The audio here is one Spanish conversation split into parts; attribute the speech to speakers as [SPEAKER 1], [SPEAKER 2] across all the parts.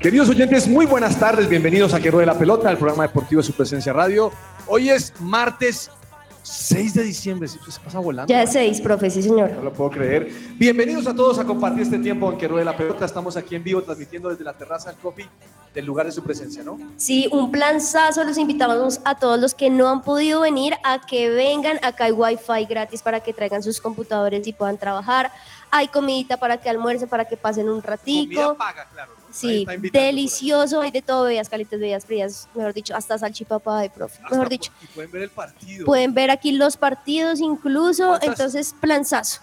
[SPEAKER 1] Queridos oyentes, muy buenas tardes, bienvenidos a Que Rueda la Pelota, el programa deportivo de su presencia radio. Hoy es martes 6 de diciembre, si se pasa volando.
[SPEAKER 2] Ya es seis, profe, sí, señor.
[SPEAKER 1] No lo puedo creer. Bienvenidos a todos a compartir este tiempo en Que Rueda la Pelota. Estamos aquí en vivo transmitiendo desde la terraza del coffee del lugar de su presencia, ¿no?
[SPEAKER 2] Sí, un planzazo. Los invitamos a todos los que no han podido venir a que vengan. Acá hay wifi gratis para que traigan sus computadores y puedan trabajar. Hay comidita para que almuercen, para que pasen un
[SPEAKER 1] Comida
[SPEAKER 2] ratico.
[SPEAKER 1] paga, claro. ¿no? Ahí
[SPEAKER 2] Sí,
[SPEAKER 1] está invitando por ahí.
[SPEAKER 2] delicioso. Hay de todo, bebidas calientes, bebidas frías, mejor dicho, hasta salchipapa de profe.
[SPEAKER 1] pues, Hasta
[SPEAKER 2] Mejor
[SPEAKER 1] por-
[SPEAKER 2] dicho, Pues-
[SPEAKER 1] Y pueden ver el partido.
[SPEAKER 2] pueden ver aquí los partidos incluso.
[SPEAKER 1] ¿Cuántas?
[SPEAKER 2] Entonces, planzazo,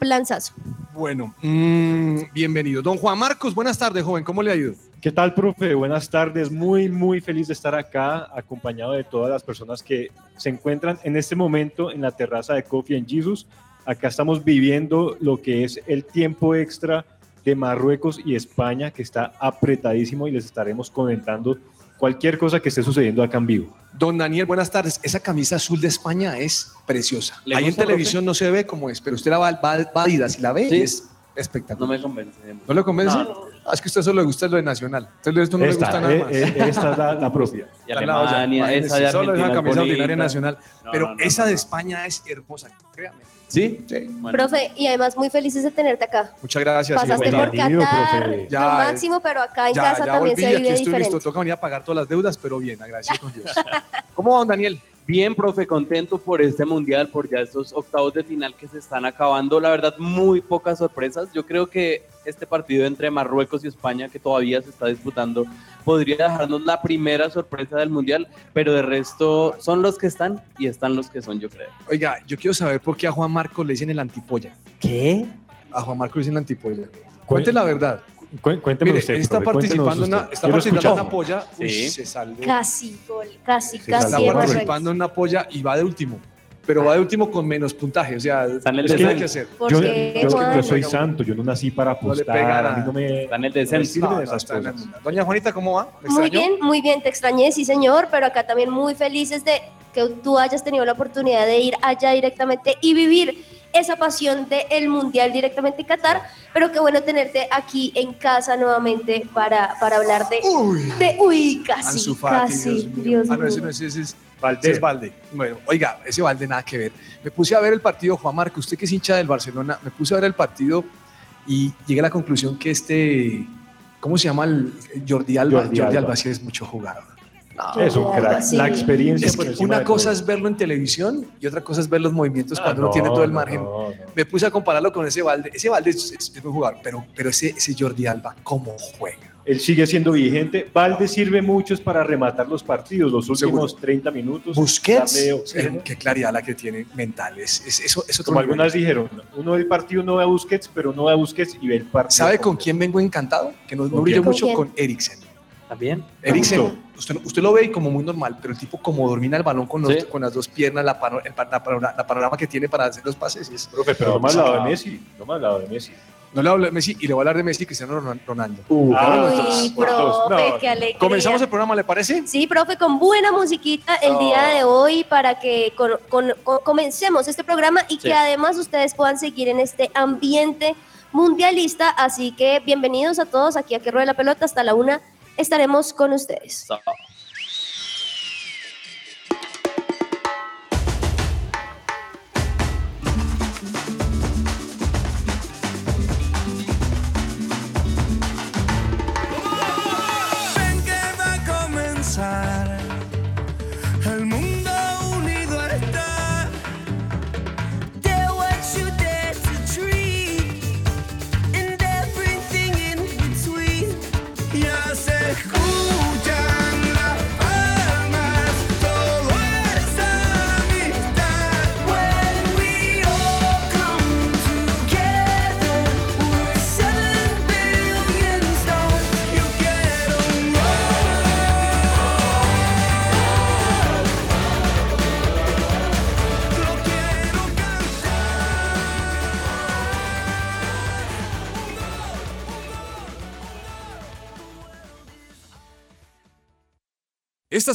[SPEAKER 2] planzazo.
[SPEAKER 1] Bueno, mm, bienvenido. Don Juan Marcos, buenas tardes, joven. ¿Cómo le ha ido?
[SPEAKER 3] ¿Qué tal, profe? Buenas tardes. Muy, muy feliz de estar acá, acompañado de todas las personas que se encuentran en este momento en la terraza de Coffee en Jesus. Acá estamos viviendo lo que es el tiempo extra de Marruecos y España, que está apretadísimo y les estaremos comentando cualquier cosa que esté sucediendo acá en vivo.
[SPEAKER 1] Don Daniel, buenas tardes. Esa camisa azul de España es preciosa.
[SPEAKER 4] ¿Le
[SPEAKER 1] Ahí en
[SPEAKER 4] gusta,
[SPEAKER 1] televisión no se ve cómo es, pero usted la va, va, va a Adidas y la ve
[SPEAKER 4] Sí.
[SPEAKER 1] y es
[SPEAKER 4] No
[SPEAKER 1] espectacular.
[SPEAKER 4] me convence.
[SPEAKER 1] ¿No le convence?
[SPEAKER 4] No, no,
[SPEAKER 1] Ah, es que a usted solo le gusta lo de Nacional. Entonces esto no le gusta
[SPEAKER 3] Esta,
[SPEAKER 1] nada
[SPEAKER 3] eh,
[SPEAKER 1] más.
[SPEAKER 3] eh, esta es la, la propia.
[SPEAKER 4] Y
[SPEAKER 1] Está al lado ya.
[SPEAKER 4] Alemania,
[SPEAKER 1] Imagínese,
[SPEAKER 4] esa de
[SPEAKER 1] solo es una
[SPEAKER 4] Argentina
[SPEAKER 1] camisa
[SPEAKER 4] bonita.
[SPEAKER 1] ordinaria nacional.
[SPEAKER 4] No,
[SPEAKER 1] pero
[SPEAKER 4] no, no,
[SPEAKER 1] esa de
[SPEAKER 4] no.
[SPEAKER 1] España es hermosa, créame.
[SPEAKER 4] ¿Sí?
[SPEAKER 1] Sí.
[SPEAKER 4] Bueno,
[SPEAKER 2] Profe, y además muy felices de tenerte acá.
[SPEAKER 1] Muchas gracias.
[SPEAKER 2] Pasaste
[SPEAKER 1] igual.
[SPEAKER 2] por
[SPEAKER 3] Bienvenido,
[SPEAKER 2] Qatar,
[SPEAKER 3] profe.
[SPEAKER 1] Ya,
[SPEAKER 2] lo máximo, pero acá en
[SPEAKER 1] ya,
[SPEAKER 2] casa
[SPEAKER 1] ya
[SPEAKER 2] también
[SPEAKER 1] volví,
[SPEAKER 2] se
[SPEAKER 1] aquí
[SPEAKER 2] vive
[SPEAKER 1] estoy
[SPEAKER 2] diferente.
[SPEAKER 1] listo. Toca venir a pagar todas las deudas, pero bien, agradecido con Dios. ¿Cómo va, don Daniel?
[SPEAKER 4] Bien, profe, contento por este mundial, por ya estos octavos de final que se están acabando. La verdad, muy pocas sorpresas. Yo creo que este partido entre Marruecos y España, que todavía se está disputando, podría dejarnos la primera sorpresa del mundial, pero de resto son los que están y están los que son, yo creo.
[SPEAKER 1] Oiga, yo quiero saber por qué a Juan Marcos le dicen el antipolla.
[SPEAKER 3] ¿Qué?
[SPEAKER 1] A Juan Marcos le dicen el antipolla. Cuente la verdad.
[SPEAKER 3] Cuénteme
[SPEAKER 1] Mire,
[SPEAKER 3] usted,
[SPEAKER 1] está
[SPEAKER 3] profe, cuéntenos
[SPEAKER 1] participando, en una,
[SPEAKER 3] usted.
[SPEAKER 1] está
[SPEAKER 3] Quiero
[SPEAKER 1] participando en una
[SPEAKER 3] escucharlo.
[SPEAKER 1] polla. Uy,
[SPEAKER 4] Sí.
[SPEAKER 1] se salvó.
[SPEAKER 2] Casi gol, casi, casi.
[SPEAKER 3] Sí,
[SPEAKER 1] Está
[SPEAKER 3] Así es,
[SPEAKER 2] Marruecos.
[SPEAKER 1] participando en una polla y va de último. Pero va de último con menos puntaje. O sea,
[SPEAKER 4] Está en el
[SPEAKER 1] ¿qué tiene
[SPEAKER 4] descenso.
[SPEAKER 1] que hacer?
[SPEAKER 3] Yo,
[SPEAKER 2] Porque
[SPEAKER 3] yo- yo
[SPEAKER 2] Juan,
[SPEAKER 3] soy santo, yo no nací para
[SPEAKER 1] No le
[SPEAKER 3] apostar.
[SPEAKER 1] pegara.
[SPEAKER 3] a mí no me-
[SPEAKER 4] Están en el
[SPEAKER 3] no me
[SPEAKER 4] descenso.
[SPEAKER 3] sirven
[SPEAKER 1] No, no,
[SPEAKER 3] esas
[SPEAKER 1] está en la
[SPEAKER 3] cosas.
[SPEAKER 1] nula. Doña Juanita, ¿cómo va? ¿Me
[SPEAKER 2] muy
[SPEAKER 1] extrañó?
[SPEAKER 2] bien, muy bien, te extrañé, sí señor, pero acá también muy felices de que tú hayas tenido la oportunidad de ir allá directamente y vivir esa pasión del Mundial directamente en Qatar, pero qué bueno tenerte aquí en casa nuevamente para, para hablar de...
[SPEAKER 1] Uy,
[SPEAKER 2] de uy, casi,
[SPEAKER 1] Ansu Fati,
[SPEAKER 2] casi,
[SPEAKER 1] Dios mío.
[SPEAKER 2] Dios
[SPEAKER 1] Ah, no, ese
[SPEAKER 2] mío.
[SPEAKER 1] no es, ese es, ese
[SPEAKER 3] Valdés.
[SPEAKER 1] es Valde. Bueno, oiga, ese Valde nada que ver. Me puse a ver el partido, Juan Marco, usted que es hincha del Barcelona, me puse a ver el partido y llegué a la conclusión que este, ¿cómo se llama? El, Jordi Alba. Jordi,
[SPEAKER 3] Jordi Alba.
[SPEAKER 1] Alba sí es mucho jugador. No,
[SPEAKER 3] Es un crack.
[SPEAKER 2] Sí.
[SPEAKER 3] La experiencia
[SPEAKER 1] es
[SPEAKER 3] por
[SPEAKER 1] que
[SPEAKER 3] encima
[SPEAKER 1] una
[SPEAKER 3] de
[SPEAKER 1] cosa
[SPEAKER 3] todo.
[SPEAKER 1] es verlo en televisión y otra cosa es ver los movimientos
[SPEAKER 3] Ah,
[SPEAKER 1] cuando uno tiene todo el
[SPEAKER 3] no,
[SPEAKER 1] margen.
[SPEAKER 3] no, no.
[SPEAKER 1] Me puse a compararlo con ese Valde. Ese Valde es, es- es un jugador, pero, pero ese, ese Jordi Alba, ¿cómo juega?
[SPEAKER 3] Él sigue siendo vigente. Valde sirve mucho es para rematar los partidos, los últimos 30 minutos.
[SPEAKER 1] Busquets,
[SPEAKER 3] darle oxígeno.
[SPEAKER 1] eh, qué claridad la que tiene mental. Es, es- eso, eso
[SPEAKER 3] Como algunas dijeron, uno ve el partido, no ve a Busquets, pero no ve a Busquets y ve el partido.
[SPEAKER 1] ¿Sabe con
[SPEAKER 3] completo.
[SPEAKER 1] quién vengo encantado? Que no, no
[SPEAKER 3] ¿Con
[SPEAKER 1] brilló
[SPEAKER 2] quién?
[SPEAKER 1] mucho
[SPEAKER 2] ¿Con
[SPEAKER 1] con Eriksen.
[SPEAKER 4] Ah, ¿También?
[SPEAKER 1] Eriksen,
[SPEAKER 3] Justo.
[SPEAKER 1] usted, no- usted lo ve y como muy normal, pero el tipo como domina el balón con, los-
[SPEAKER 4] Sí.
[SPEAKER 1] con las dos piernas, la, pano- el pa- la panora- la panorama que tiene para hacer los pases. es-
[SPEAKER 3] Profe, pero no me ha
[SPEAKER 1] pues,
[SPEAKER 3] hablado
[SPEAKER 1] ah.
[SPEAKER 3] de Messi. No me ha hablado de Messi.
[SPEAKER 1] no le hablo de Messi y le voy a hablar de Messi y Cristiano Ron- Ronaldo.
[SPEAKER 3] Ah,
[SPEAKER 2] Uy,
[SPEAKER 3] por dos.
[SPEAKER 2] profe,
[SPEAKER 3] No,
[SPEAKER 2] qué alegría.
[SPEAKER 1] Comenzamos el programa, ¿le parece?
[SPEAKER 2] Sí, profe, con buena musiquita el día de hoy para que con- con- con- comencemos este programa y
[SPEAKER 4] Sí.
[SPEAKER 2] que además ustedes puedan seguir en este ambiente mundialista. Así que bienvenidos a todos aquí a Que Rueda la Pelota. Hasta la una estaremos con ustedes.
[SPEAKER 4] Está-
[SPEAKER 5] Ven que va a comenzar. El mundo unido está. They're what you dare to dream. And everything in between. Ya se escuchan las palmas. Todo es amistad. When we all come together, we're seven billion stars. You get on
[SPEAKER 6] Esta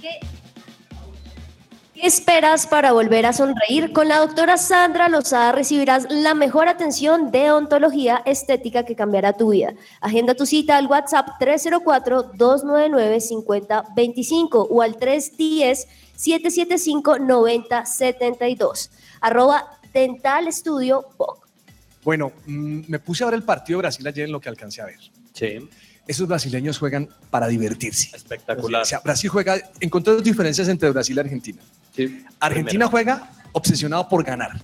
[SPEAKER 2] ¿Qué, qué esperas para volver a sonreír? Con la doctora Sandra Lozada recibirás la mejor atención de ontología estética que cambiará tu vida. Agenda tu cita al WhatsApp 304-299-5025 o al 310-775-9072. Arroba Dental Estudio Boc.
[SPEAKER 1] Bueno, mm, me puse a ver el partido de Brasil ayer en lo que alcancé a ver.
[SPEAKER 4] Sí,
[SPEAKER 1] Esos brasileños juegan para divertirse.
[SPEAKER 4] espectacular.
[SPEAKER 1] O sea, Brasil juega, encontré dos diferencias entre Brasil y Argentina.
[SPEAKER 4] Sí,
[SPEAKER 1] Argentina
[SPEAKER 4] primero.
[SPEAKER 1] juega obsesionado por ganar.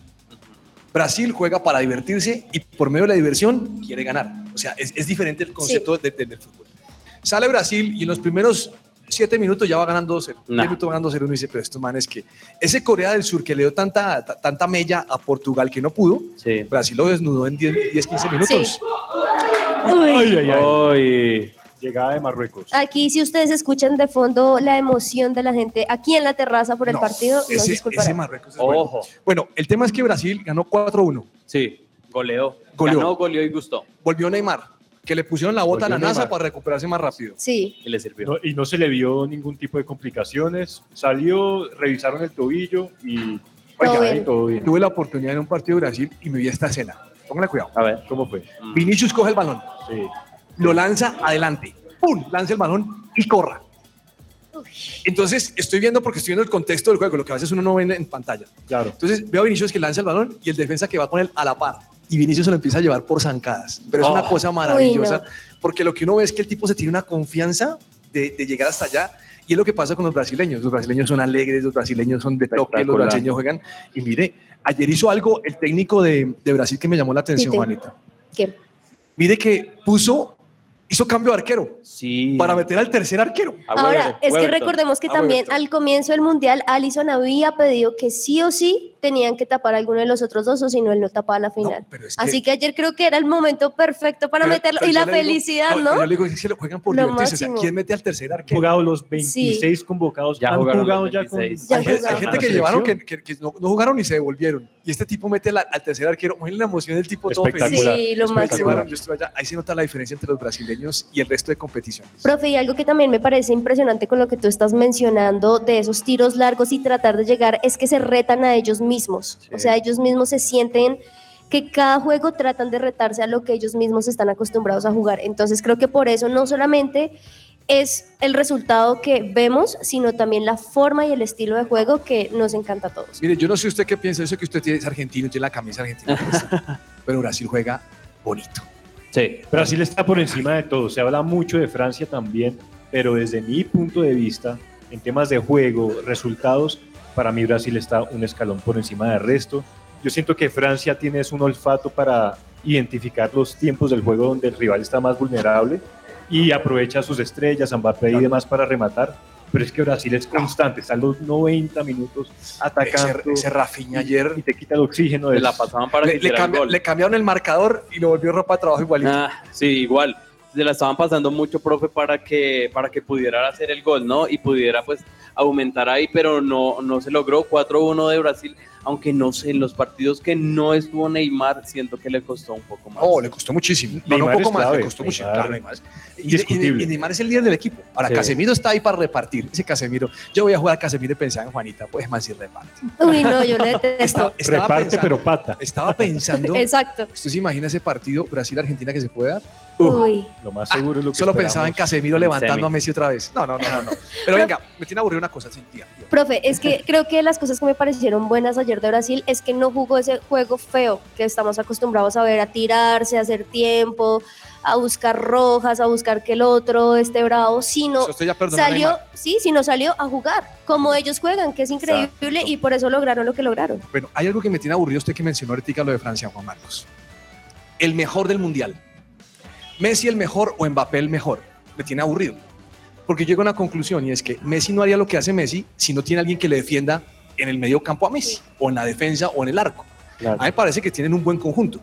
[SPEAKER 1] Brasil juega para divertirse y por medio de la diversión quiere ganar. O sea, es, es diferente el concepto de- de- del fútbol. Sale Brasil y en los primeros siete minutos ya va ganando 2-0.
[SPEAKER 4] Nah.
[SPEAKER 1] Minuto va ganando 0 uno dice, pero estos manes que... Ese Corea del Sur que le dio tanta, ta- tanta mella a Portugal que no pudo,
[SPEAKER 4] Sí.
[SPEAKER 1] Brasil lo desnudó en 10, 10, 15 minutos.
[SPEAKER 2] Sí.
[SPEAKER 3] Ay, ay, ay.
[SPEAKER 4] Ay,
[SPEAKER 3] Llegada de Marruecos.
[SPEAKER 2] Aquí, si ustedes escuchan de fondo la emoción de la gente aquí en la terraza por el
[SPEAKER 1] No,
[SPEAKER 2] partido, no
[SPEAKER 1] ese, ese
[SPEAKER 2] disculparán.
[SPEAKER 1] Marruecos
[SPEAKER 3] Oh.
[SPEAKER 1] es bueno.
[SPEAKER 4] ojo.
[SPEAKER 1] Bueno, el tema es que Brasil ganó 4-1.
[SPEAKER 4] Sí, goleó.
[SPEAKER 1] Goleó.
[SPEAKER 4] Ganó, goleó y gustó.
[SPEAKER 1] Volvió Neymar, que le pusieron la bota a la
[SPEAKER 3] Volvió
[SPEAKER 1] NASA
[SPEAKER 3] Neymar.
[SPEAKER 1] para recuperarse más rápido.
[SPEAKER 2] Sí,
[SPEAKER 4] Y le sirvió.
[SPEAKER 3] No, y no se le vio ningún tipo de complicaciones. Salió, revisaron el tobillo y
[SPEAKER 2] Todo
[SPEAKER 3] Oiga,
[SPEAKER 2] bien.
[SPEAKER 3] ahí todo bien.
[SPEAKER 1] Tuve la oportunidad en un partido de Brasil y me vi esta escena. Póngale cuidado.
[SPEAKER 4] A ver.
[SPEAKER 3] ¿Cómo fue?
[SPEAKER 4] Mm.
[SPEAKER 1] Vinicius coge el balón,
[SPEAKER 3] Sí.
[SPEAKER 1] lo lanza adelante, ¡pum! Lanza el balón y corra. Entonces estoy viendo, porque estoy viendo el contexto del juego, lo que a veces uno no ve en pantalla.
[SPEAKER 3] Claro.
[SPEAKER 1] Entonces veo a Vinicius que lanza el balón y el defensa que va con él a la par. Y Vinicius se lo empieza a llevar por zancadas. Pero es una
[SPEAKER 4] Oh.
[SPEAKER 1] cosa maravillosa, porque lo que uno ve es que el tipo se tiene una confianza de, de llegar hasta allá. Y es lo que pasa con los brasileños. Los brasileños son alegres, los brasileños son de toque, los
[SPEAKER 4] Espectacular.
[SPEAKER 1] brasileños juegan. Y mire, ayer hizo algo el técnico de, de Brasil que me llamó la atención,
[SPEAKER 2] Tite.
[SPEAKER 1] Juanita.
[SPEAKER 2] ¿qué?
[SPEAKER 1] Mire que puso, hizo cambio de arquero
[SPEAKER 4] Sí.
[SPEAKER 1] para meter al tercer arquero.
[SPEAKER 4] A
[SPEAKER 2] Ahora,
[SPEAKER 4] Weberton,
[SPEAKER 2] es que
[SPEAKER 4] Weberton.
[SPEAKER 2] recordemos que
[SPEAKER 1] a
[SPEAKER 2] también
[SPEAKER 1] Weberton.
[SPEAKER 2] al comienzo del Mundial, Allison había pedido que sí o sí tenían que tapar a alguno de los otros dos, o si no, él no tapaba la final.
[SPEAKER 1] pero es
[SPEAKER 2] Así que ayer creo que era el momento perfecto para
[SPEAKER 1] pero-
[SPEAKER 2] meterlo.
[SPEAKER 1] pero
[SPEAKER 2] Y
[SPEAKER 1] yo
[SPEAKER 2] la
[SPEAKER 1] le digo-
[SPEAKER 2] felicidad,
[SPEAKER 1] pero
[SPEAKER 2] ¿no?
[SPEAKER 1] Yo le digo que se lo juegan por
[SPEAKER 2] Lo
[SPEAKER 1] divertirse. O sea,
[SPEAKER 2] máximo.
[SPEAKER 1] ¿quién mete al tercer arquero?
[SPEAKER 3] Jugado los 26 convocados.
[SPEAKER 4] Ya
[SPEAKER 3] han
[SPEAKER 4] jugaron
[SPEAKER 3] jugado
[SPEAKER 4] los
[SPEAKER 3] ya con.
[SPEAKER 4] 26.
[SPEAKER 2] Ya
[SPEAKER 1] Hay, gente- hay
[SPEAKER 2] jugaron.
[SPEAKER 1] gente que
[SPEAKER 3] La
[SPEAKER 1] llevaron que,
[SPEAKER 3] Ah, selección.
[SPEAKER 1] que- que no, no jugaron ni se devolvieron. Y este tipo mete la- al tercer arquero. Imagínate la emoción del tipo todo feliz.
[SPEAKER 3] Espectacular.
[SPEAKER 2] Sí, lo
[SPEAKER 1] Porque
[SPEAKER 2] máximo.
[SPEAKER 1] llevaron, yo estuve allá. Ahí se nota la diferencia entre los brasileños y el resto de competiciones.
[SPEAKER 2] Profe, y algo que también me parece impresionante con lo que tú estás mencionando de esos tiros largos y tratar de llegar es que se retan a ellos mismos. O sea, ellos mismos se sienten que cada juego tratan de retarse a lo que ellos mismos están acostumbrados a jugar. Entonces creo que por eso no solamente es el resultado que vemos, sino también la forma y el estilo de juego que nos encanta a todos.
[SPEAKER 1] Mire, yo no sé usted qué piensa. Eso que usted tiene es argentino, tiene la camisa argentina. puesta. pero Brasil juega bonito.
[SPEAKER 4] Sí.
[SPEAKER 3] Brasil está por encima de todo. Se habla mucho de Francia también, pero desde mi punto de vista, en temas de juego, resultados, para mí Brasil está un escalón por encima del resto. Yo siento que Francia tiene es un olfato para identificar los tiempos del juego donde el rival está más vulnerable y aprovecha sus estrellas, a Mbappé y demás para rematar. Pero es que Brasil es constante, está a los 90 minutos atacando
[SPEAKER 1] Ese, ese Rafinha ayer
[SPEAKER 3] y te quita el oxígeno.
[SPEAKER 4] Se
[SPEAKER 3] de
[SPEAKER 4] la pasaban para
[SPEAKER 1] le,
[SPEAKER 4] que
[SPEAKER 1] le
[SPEAKER 4] hiciera el
[SPEAKER 1] cambia-
[SPEAKER 4] gol.
[SPEAKER 1] le cambiaron el marcador y lo volvió ropa de trabajo igualito.
[SPEAKER 4] Ah, sí, igual. Se la estaban pasando mucho, profe, para que, para que pudiera hacer el gol, ¿no? Y pudiera, pues, aumentar ahí, pero no, no se logró. 4-1 de Brasil, aunque no sé, en los partidos que no estuvo Neymar, siento que le costó un poco más.
[SPEAKER 1] No, Oh, le costó muchísimo. No, no,
[SPEAKER 3] Neymar
[SPEAKER 1] un poco
[SPEAKER 3] es
[SPEAKER 1] más, le
[SPEAKER 3] clave.
[SPEAKER 1] costó mucho.
[SPEAKER 3] Neymar,
[SPEAKER 1] Claro, Neymar. Y,
[SPEAKER 3] indiscutible.
[SPEAKER 1] y- y Neymar es el líder del equipo. Ahora,
[SPEAKER 4] Sí.
[SPEAKER 1] Casemiro está ahí para repartir. Ese Casemiro, yo voy a jugar a Casemiro y pensaba en Juanita, pues más y reparte.
[SPEAKER 2] Uy, no, yo le detesto.
[SPEAKER 1] Estaba- estaba
[SPEAKER 3] Reparte,
[SPEAKER 1] pensando-
[SPEAKER 3] pero pata.
[SPEAKER 1] Estaba pensando,
[SPEAKER 2] Exacto.
[SPEAKER 1] ¿usted se imagina ese partido Brasil-Argentina que se puede dar?
[SPEAKER 2] Uy.
[SPEAKER 3] Lo más seguro es lo que
[SPEAKER 1] Solo pensaba en
[SPEAKER 3] esperamos.
[SPEAKER 1] Casemiro
[SPEAKER 4] En
[SPEAKER 1] levantando
[SPEAKER 4] semi.
[SPEAKER 1] a Messi otra vez. No, no, no, no. no. Pero venga, me tiene aburrido una cosa, sentía.
[SPEAKER 2] Profe, es que creo que las cosas que me parecieron buenas ayer de Brasil es que no jugó ese juego feo que estamos acostumbrados a ver, a tirarse, a hacer tiempo, a buscar rojas, a buscar que el otro esté bravo, sino
[SPEAKER 1] Eso estoy ya perdonando a
[SPEAKER 2] salió,
[SPEAKER 1] Neymar.
[SPEAKER 2] sí, sino salió a jugar, como ellos juegan, que es increíble y por eso lograron lo que lograron.
[SPEAKER 1] Bueno, hay algo que me tiene aburrido usted que mencionó ahorita lo de Francia, Juan Marcos. El mejor del mundial. Messi el mejor o Mbappé el mejor. Me tiene aburrido. Porque llega a una conclusión y es que Messi no haría lo que hace Messi si no tiene alguien que le defienda en el medio campo a Messi, o en la defensa o en el arco.
[SPEAKER 3] Claro.
[SPEAKER 1] A mí me parece que tienen un buen conjunto.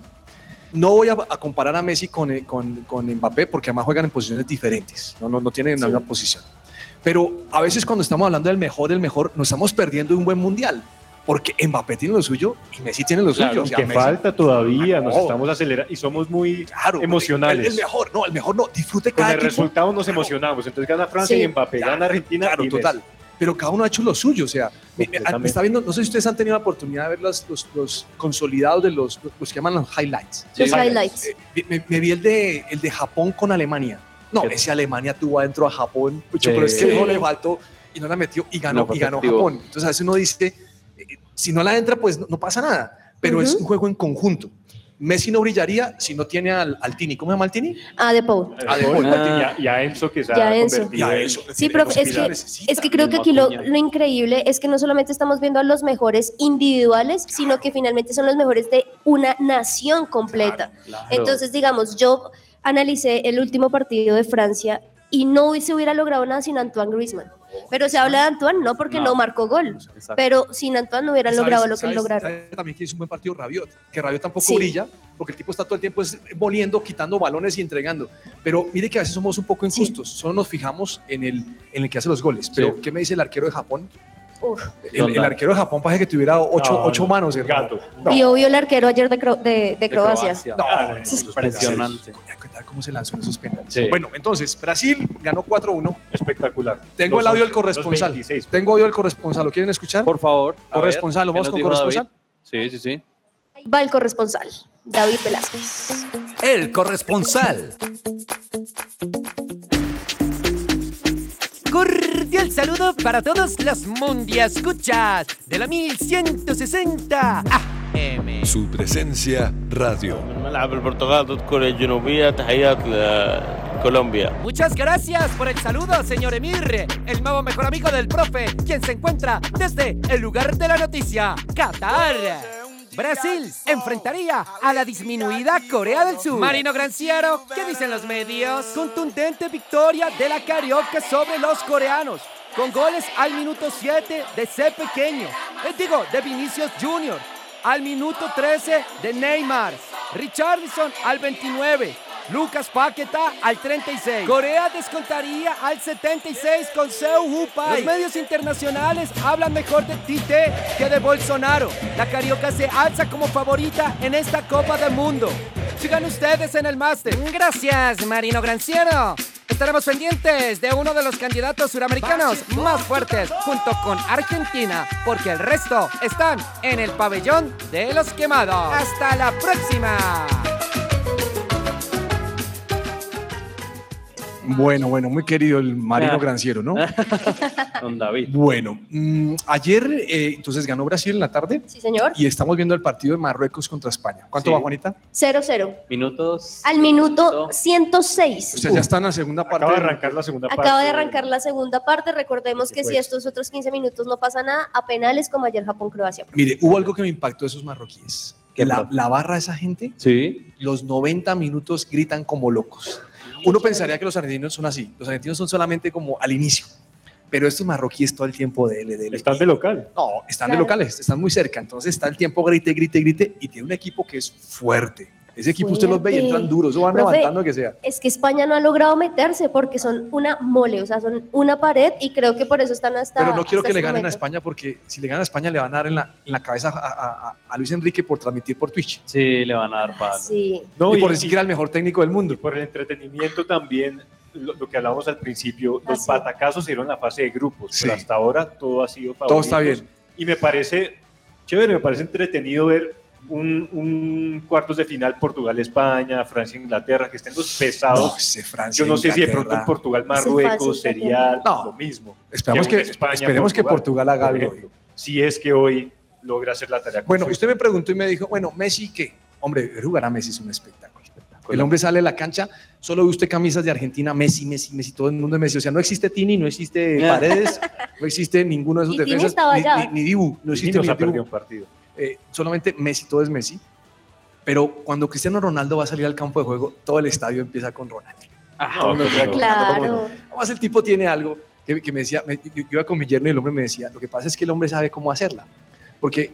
[SPEAKER 1] No voy a, a comparar a Messi con, eh, con, con Mbappé porque además juegan en posiciones diferentes, no, no, no tienen la misma posición. Pero a veces cuando estamos hablando del mejor, el mejor, nos estamos perdiendo un buen mundial porque Mbappé tiene lo suyo y Messi tiene lo
[SPEAKER 3] Claro,
[SPEAKER 1] suyo. O sea,
[SPEAKER 3] aunque
[SPEAKER 1] Messi-
[SPEAKER 3] falta todavía, nos
[SPEAKER 1] No.
[SPEAKER 3] estamos acelerando y somos muy
[SPEAKER 1] Claro,
[SPEAKER 3] emocionales.
[SPEAKER 1] El, el mejor, no, el mejor no, disfrute
[SPEAKER 3] Con
[SPEAKER 1] cada
[SPEAKER 3] el
[SPEAKER 1] equipo.
[SPEAKER 3] resultado nos
[SPEAKER 1] Claro.
[SPEAKER 3] emocionamos. Entonces gana Francia
[SPEAKER 2] Sí.
[SPEAKER 3] y Mbappé,
[SPEAKER 1] Claro,
[SPEAKER 3] gana Argentina
[SPEAKER 1] Claro,
[SPEAKER 3] y Messi.
[SPEAKER 1] total. Pero cada uno ha hecho lo suyo. O sea, me- me-
[SPEAKER 3] Completamente.
[SPEAKER 1] me está viendo, no sé si ustedes han tenido la oportunidad de ver los, los, los consolidados de los, los que llaman los highlights.
[SPEAKER 2] Los
[SPEAKER 3] Sí.
[SPEAKER 2] highlights.
[SPEAKER 1] Eh, me, me vi el de, el de Japón con Alemania. No,
[SPEAKER 3] ¿Qué?
[SPEAKER 1] ese Alemania tuvo adentro a Japón, pucho,
[SPEAKER 3] Sí.
[SPEAKER 1] pero es que
[SPEAKER 3] Sí.
[SPEAKER 1] no le faltó y no la metió y ganó,
[SPEAKER 4] No fue
[SPEAKER 1] y ganó
[SPEAKER 4] efectivo.
[SPEAKER 1] Japón. Entonces a veces uno dice, eh, si no la entra, pues no, no pasa nada. Pero es
[SPEAKER 2] Ujú.
[SPEAKER 1] un juego en conjunto. Messi no brillaría si no tiene al, al Tini. ¿Cómo se llama el Tini?
[SPEAKER 2] Ah, de Paul.
[SPEAKER 3] Eh,
[SPEAKER 1] Ah, de
[SPEAKER 3] Paul,
[SPEAKER 4] buena.
[SPEAKER 3] y, a, y a Enzo que se
[SPEAKER 2] Y a
[SPEAKER 3] ha
[SPEAKER 2] Enzo.
[SPEAKER 3] convertido en-
[SPEAKER 2] Sí, pero es que,
[SPEAKER 1] Necesita.
[SPEAKER 2] es que creo que aquí lo, lo increíble es que no solamente estamos viendo a los mejores individuales, sino que finalmente son los mejores de una nación completa.
[SPEAKER 4] Claro.
[SPEAKER 2] Entonces, digamos, yo analicé el último partido de Francia y no se hubiera logrado nada sin Antoine Griezmann. Pero se habla de Antoine, no porque no,
[SPEAKER 4] No.
[SPEAKER 2] marcó gol,
[SPEAKER 4] Exacto.
[SPEAKER 2] pero sin Antoine no hubieran
[SPEAKER 1] ¿Sabes-
[SPEAKER 2] logrado lo que
[SPEAKER 1] sabes-
[SPEAKER 2] lograron.
[SPEAKER 1] sabes También que hizo un buen partido Rabiot, que Rabiot tampoco
[SPEAKER 2] Sí.
[SPEAKER 1] brilla, porque el tipo está todo el tiempo es moliendo, quitando balones y entregando. Pero mire que a veces somos un poco injustos, solo nos fijamos en el, en el que hace los goles. Pero, ¿qué me dice el arquero de Japón?
[SPEAKER 2] Uf.
[SPEAKER 1] El, el arquero de Japón parece que tuviera ocho,
[SPEAKER 3] No,
[SPEAKER 1] ocho
[SPEAKER 3] no,
[SPEAKER 1] manos. hermano.
[SPEAKER 3] Gato.
[SPEAKER 2] Y obvio el arquero ayer de, Cro- de- de Croacia.
[SPEAKER 1] No,
[SPEAKER 3] Ah,
[SPEAKER 1] es
[SPEAKER 4] Impresionante.
[SPEAKER 1] ¿Cómo se lanzó en esos penales?
[SPEAKER 3] Sí.
[SPEAKER 1] Bueno, entonces, Brasil ganó 4-1.
[SPEAKER 3] Espectacular.
[SPEAKER 1] Tengo el audio del
[SPEAKER 3] Los
[SPEAKER 1] corresponsal.
[SPEAKER 3] 26.
[SPEAKER 1] Tengo audio del corresponsal. ¿Lo quieren escuchar?
[SPEAKER 4] Por favor. a
[SPEAKER 1] Corresponsal, ¿lo
[SPEAKER 4] ver,
[SPEAKER 1] vamos
[SPEAKER 4] ¿qué
[SPEAKER 1] con
[SPEAKER 4] nos dijo
[SPEAKER 1] corresponsal?
[SPEAKER 4] David? Sí, sí, sí.
[SPEAKER 2] Ahí Va el corresponsal, David Velázquez.
[SPEAKER 6] El corresponsal.
[SPEAKER 7] Cordial saludo para todos los mundiascuchas de la 1160 AM.
[SPEAKER 8] Su presencia radio.
[SPEAKER 7] Muchas gracias por el saludo, señor Emir, el nuevo mejor amigo del profe, quien se encuentra desde el lugar de la noticia, Qatar. Brasil enfrentaría a la disminuida Corea del Sur. Marino Granciero, ¿qué dicen los medios? Contundente victoria de la Carioca sobre los coreanos, con goles al minuto 7 de C pequeño, eh, digo, de Vinicius Jr., al minuto 13 de Neymar, Richardson al 29, Lucas Paqueta al 36. Corea descontaría al 76 con Seu Hupai. Los medios internacionales hablan mejor de Tite que de Bolsonaro. La Carioca se alza como favorita en esta Copa del Mundo. Sigan ustedes en el máster. Gracias, Marino Granciero. Estaremos pendientes de uno de los candidatos suramericanos más fuertes junto con Argentina, porque el resto están en el pabellón de los quemados. Hasta la próxima.
[SPEAKER 1] Bueno, bueno, muy querido el Marino
[SPEAKER 4] Ah.
[SPEAKER 1] Granciero, ¿no?
[SPEAKER 4] Don David.
[SPEAKER 1] Bueno, mm, ayer eh, entonces ganó Brasil en la tarde
[SPEAKER 2] Sí, señor.
[SPEAKER 1] y estamos viendo el partido de Marruecos contra España. ¿Cuánto
[SPEAKER 4] Sí.
[SPEAKER 1] va, Juanita?
[SPEAKER 2] 0-0.
[SPEAKER 4] Minutos.
[SPEAKER 2] Al minuto 106.
[SPEAKER 1] Ustedes ya están en la segunda parte.
[SPEAKER 3] Acaba de
[SPEAKER 1] del-
[SPEAKER 3] arrancar la segunda parte.
[SPEAKER 2] Acaba de arrancar la segunda parte. Recordemos que si
[SPEAKER 3] Pues.
[SPEAKER 2] estos otros 15 minutos no pasa nada, a penales como ayer Japón-Croacia.
[SPEAKER 1] Mire, hubo algo que me impactó de esos marroquíes.
[SPEAKER 4] ¿Qué
[SPEAKER 1] La,
[SPEAKER 4] pasó?
[SPEAKER 1] la barra de esa gente,
[SPEAKER 4] Sí.
[SPEAKER 1] los 90 minutos gritan como locos. Uno pensaría que los argentinos son así. Los argentinos son solamente como al inicio. Pero estos marroquíes todo el tiempo de LDL.
[SPEAKER 3] Están de local.
[SPEAKER 1] No, están de
[SPEAKER 2] Claro.
[SPEAKER 1] locales, están muy cerca. Entonces está el tiempo grite, grite, grite y tiene un equipo que es fuerte. Ese equipo usted los ve y
[SPEAKER 2] Fuerte.
[SPEAKER 1] entran duros, eso van
[SPEAKER 2] Profe.
[SPEAKER 1] levantando que sea.
[SPEAKER 2] Es que España no ha logrado meterse porque son una mole, o sea, son una pared y creo que por eso están hasta.
[SPEAKER 1] Pero no quiero
[SPEAKER 2] hasta
[SPEAKER 1] que le
[SPEAKER 2] este
[SPEAKER 1] ganen a
[SPEAKER 2] momento.
[SPEAKER 1] España porque si le ganan a España le van a dar en la, en la cabeza a, a- a- a Luis Enrique por transmitir por Twitch.
[SPEAKER 4] Sí, le van a dar palo.
[SPEAKER 2] Sí.
[SPEAKER 3] No,
[SPEAKER 1] y, por decir que era el mejor técnico del mundo.
[SPEAKER 3] por el entretenimiento también, lo, lo que hablábamos al principio, los
[SPEAKER 2] Así.
[SPEAKER 3] patacazos se dieron en la fase de grupos,
[SPEAKER 1] Sí.
[SPEAKER 3] pero hasta ahora todo ha sido
[SPEAKER 1] Todo está
[SPEAKER 3] favoritos.
[SPEAKER 1] bien.
[SPEAKER 3] Y me parece chévere, me parece entretenido ver un, un cuartos de final Portugal-España, Francia-Inglaterra, que estén los
[SPEAKER 1] No,
[SPEAKER 3] pesados.
[SPEAKER 1] ese Francia,
[SPEAKER 3] Ah, Yo no sé si de pronto
[SPEAKER 1] Inglaterra.
[SPEAKER 3] Portugal-Marruecos
[SPEAKER 2] Sí, fácil,
[SPEAKER 3] sería
[SPEAKER 1] No.
[SPEAKER 3] lo mismo.
[SPEAKER 1] Esperamos que,
[SPEAKER 3] España,
[SPEAKER 1] esperemos que Portugal haga
[SPEAKER 3] por
[SPEAKER 1] algo.
[SPEAKER 3] ejemplo, Si es que hoy logra hacer la tarea.
[SPEAKER 1] Bueno,
[SPEAKER 3] con
[SPEAKER 1] usted me preguntó y me dijo, bueno, Messi, ¿qué? Hombre, jugar a Messi es un espectáculo. El hombre sale de la cancha, solo ve usted camisas de Argentina, Messi, Messi, Messi, todo el mundo es Messi. O sea, no existe Tini, no existe
[SPEAKER 4] Ah.
[SPEAKER 1] Paredes, no existe ninguno de esos
[SPEAKER 2] Y Tini
[SPEAKER 1] defensas,
[SPEAKER 2] estaba
[SPEAKER 1] ni,
[SPEAKER 2] allá.
[SPEAKER 1] ni- ni Dibu, no
[SPEAKER 3] Y
[SPEAKER 1] existe
[SPEAKER 3] nos
[SPEAKER 1] ni
[SPEAKER 3] ha perdido
[SPEAKER 1] Dibu.
[SPEAKER 3] un partido.
[SPEAKER 1] Eh, solamente Messi, todo es Messi. Pero cuando Cristiano Ronaldo va a salir al campo de juego, todo el estadio empieza con Ronaldo.
[SPEAKER 4] Ah,
[SPEAKER 3] No,
[SPEAKER 4] ok.
[SPEAKER 3] no, no.
[SPEAKER 2] Claro.
[SPEAKER 1] Además, el tipo tiene algo que, que me decía, me- yo iba con mi yerno y el hombre me decía, lo que pasa es que el hombre sabe cómo hacerla, porque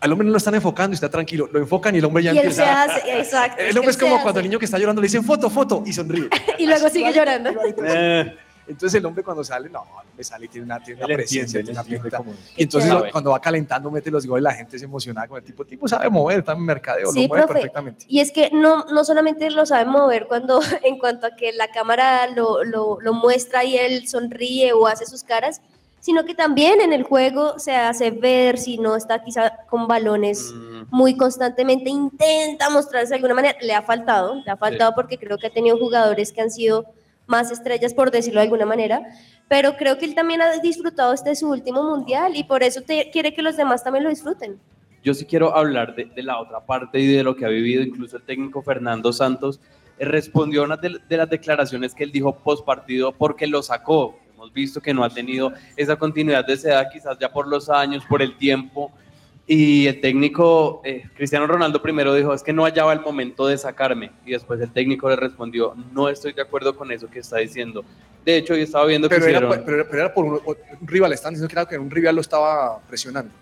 [SPEAKER 1] al hombre no lo están enfocando y está tranquilo, lo enfocan y el hombre ya
[SPEAKER 2] Y él
[SPEAKER 1] empieza.
[SPEAKER 2] se hace, exacto.
[SPEAKER 1] El hombre
[SPEAKER 2] él
[SPEAKER 1] es
[SPEAKER 2] se
[SPEAKER 1] como
[SPEAKER 2] hace.
[SPEAKER 1] cuando el niño que está llorando le dicen foto, foto y sonríe.
[SPEAKER 2] Y luego sigue llorando.
[SPEAKER 1] Eh, Entonces el hombre cuando sale, no, el hombre sale y tiene una, tiene una
[SPEAKER 3] Él
[SPEAKER 1] presencia,
[SPEAKER 3] entiende, él
[SPEAKER 1] tiene una
[SPEAKER 3] entiende
[SPEAKER 1] pinta.
[SPEAKER 3] cómo es.
[SPEAKER 1] Y entonces
[SPEAKER 3] Qué
[SPEAKER 1] lo-
[SPEAKER 3] chévere.
[SPEAKER 1] cuando va calentando, mete los goles, la gente se emociona con el tipo. El tipo sabe mover, está en mercadeo,
[SPEAKER 2] Sí,
[SPEAKER 1] lo mueve
[SPEAKER 2] profe.
[SPEAKER 1] perfectamente.
[SPEAKER 2] Y es que no, no solamente lo sabe mover cuando, en cuanto a que la cámara lo, lo, lo muestra y él sonríe o hace sus caras, sino que también en el juego se hace ver si no está quizá con balones muy constantemente, intenta mostrarse de alguna manera. Le ha faltado, le ha faltado porque creo que ha tenido jugadores que han sido más estrellas, por decirlo de alguna manera, pero creo que él también ha disfrutado este su último mundial y por eso te- quiere que los demás también lo disfruten.
[SPEAKER 4] yo sí quiero hablar de, de la otra parte y de lo que ha vivido. Incluso el técnico Fernando Santos eh, respondió a una de, de las declaraciones que él dijo post partido porque lo sacó. Hemos visto que no ha tenido esa continuidad de esa edad, quizás ya por los años, por el tiempo. Y el técnico eh, Cristiano Ronaldo primero dijo: Es que no hallaba el momento de sacarme. Y después el técnico le respondió: No estoy de acuerdo con eso que está diciendo. De hecho, yo estaba viendo que
[SPEAKER 1] Pero era,
[SPEAKER 4] hicieron-
[SPEAKER 1] por- pero- pero era por un, un rival, están diciendo que era que un rival lo estaba presionando.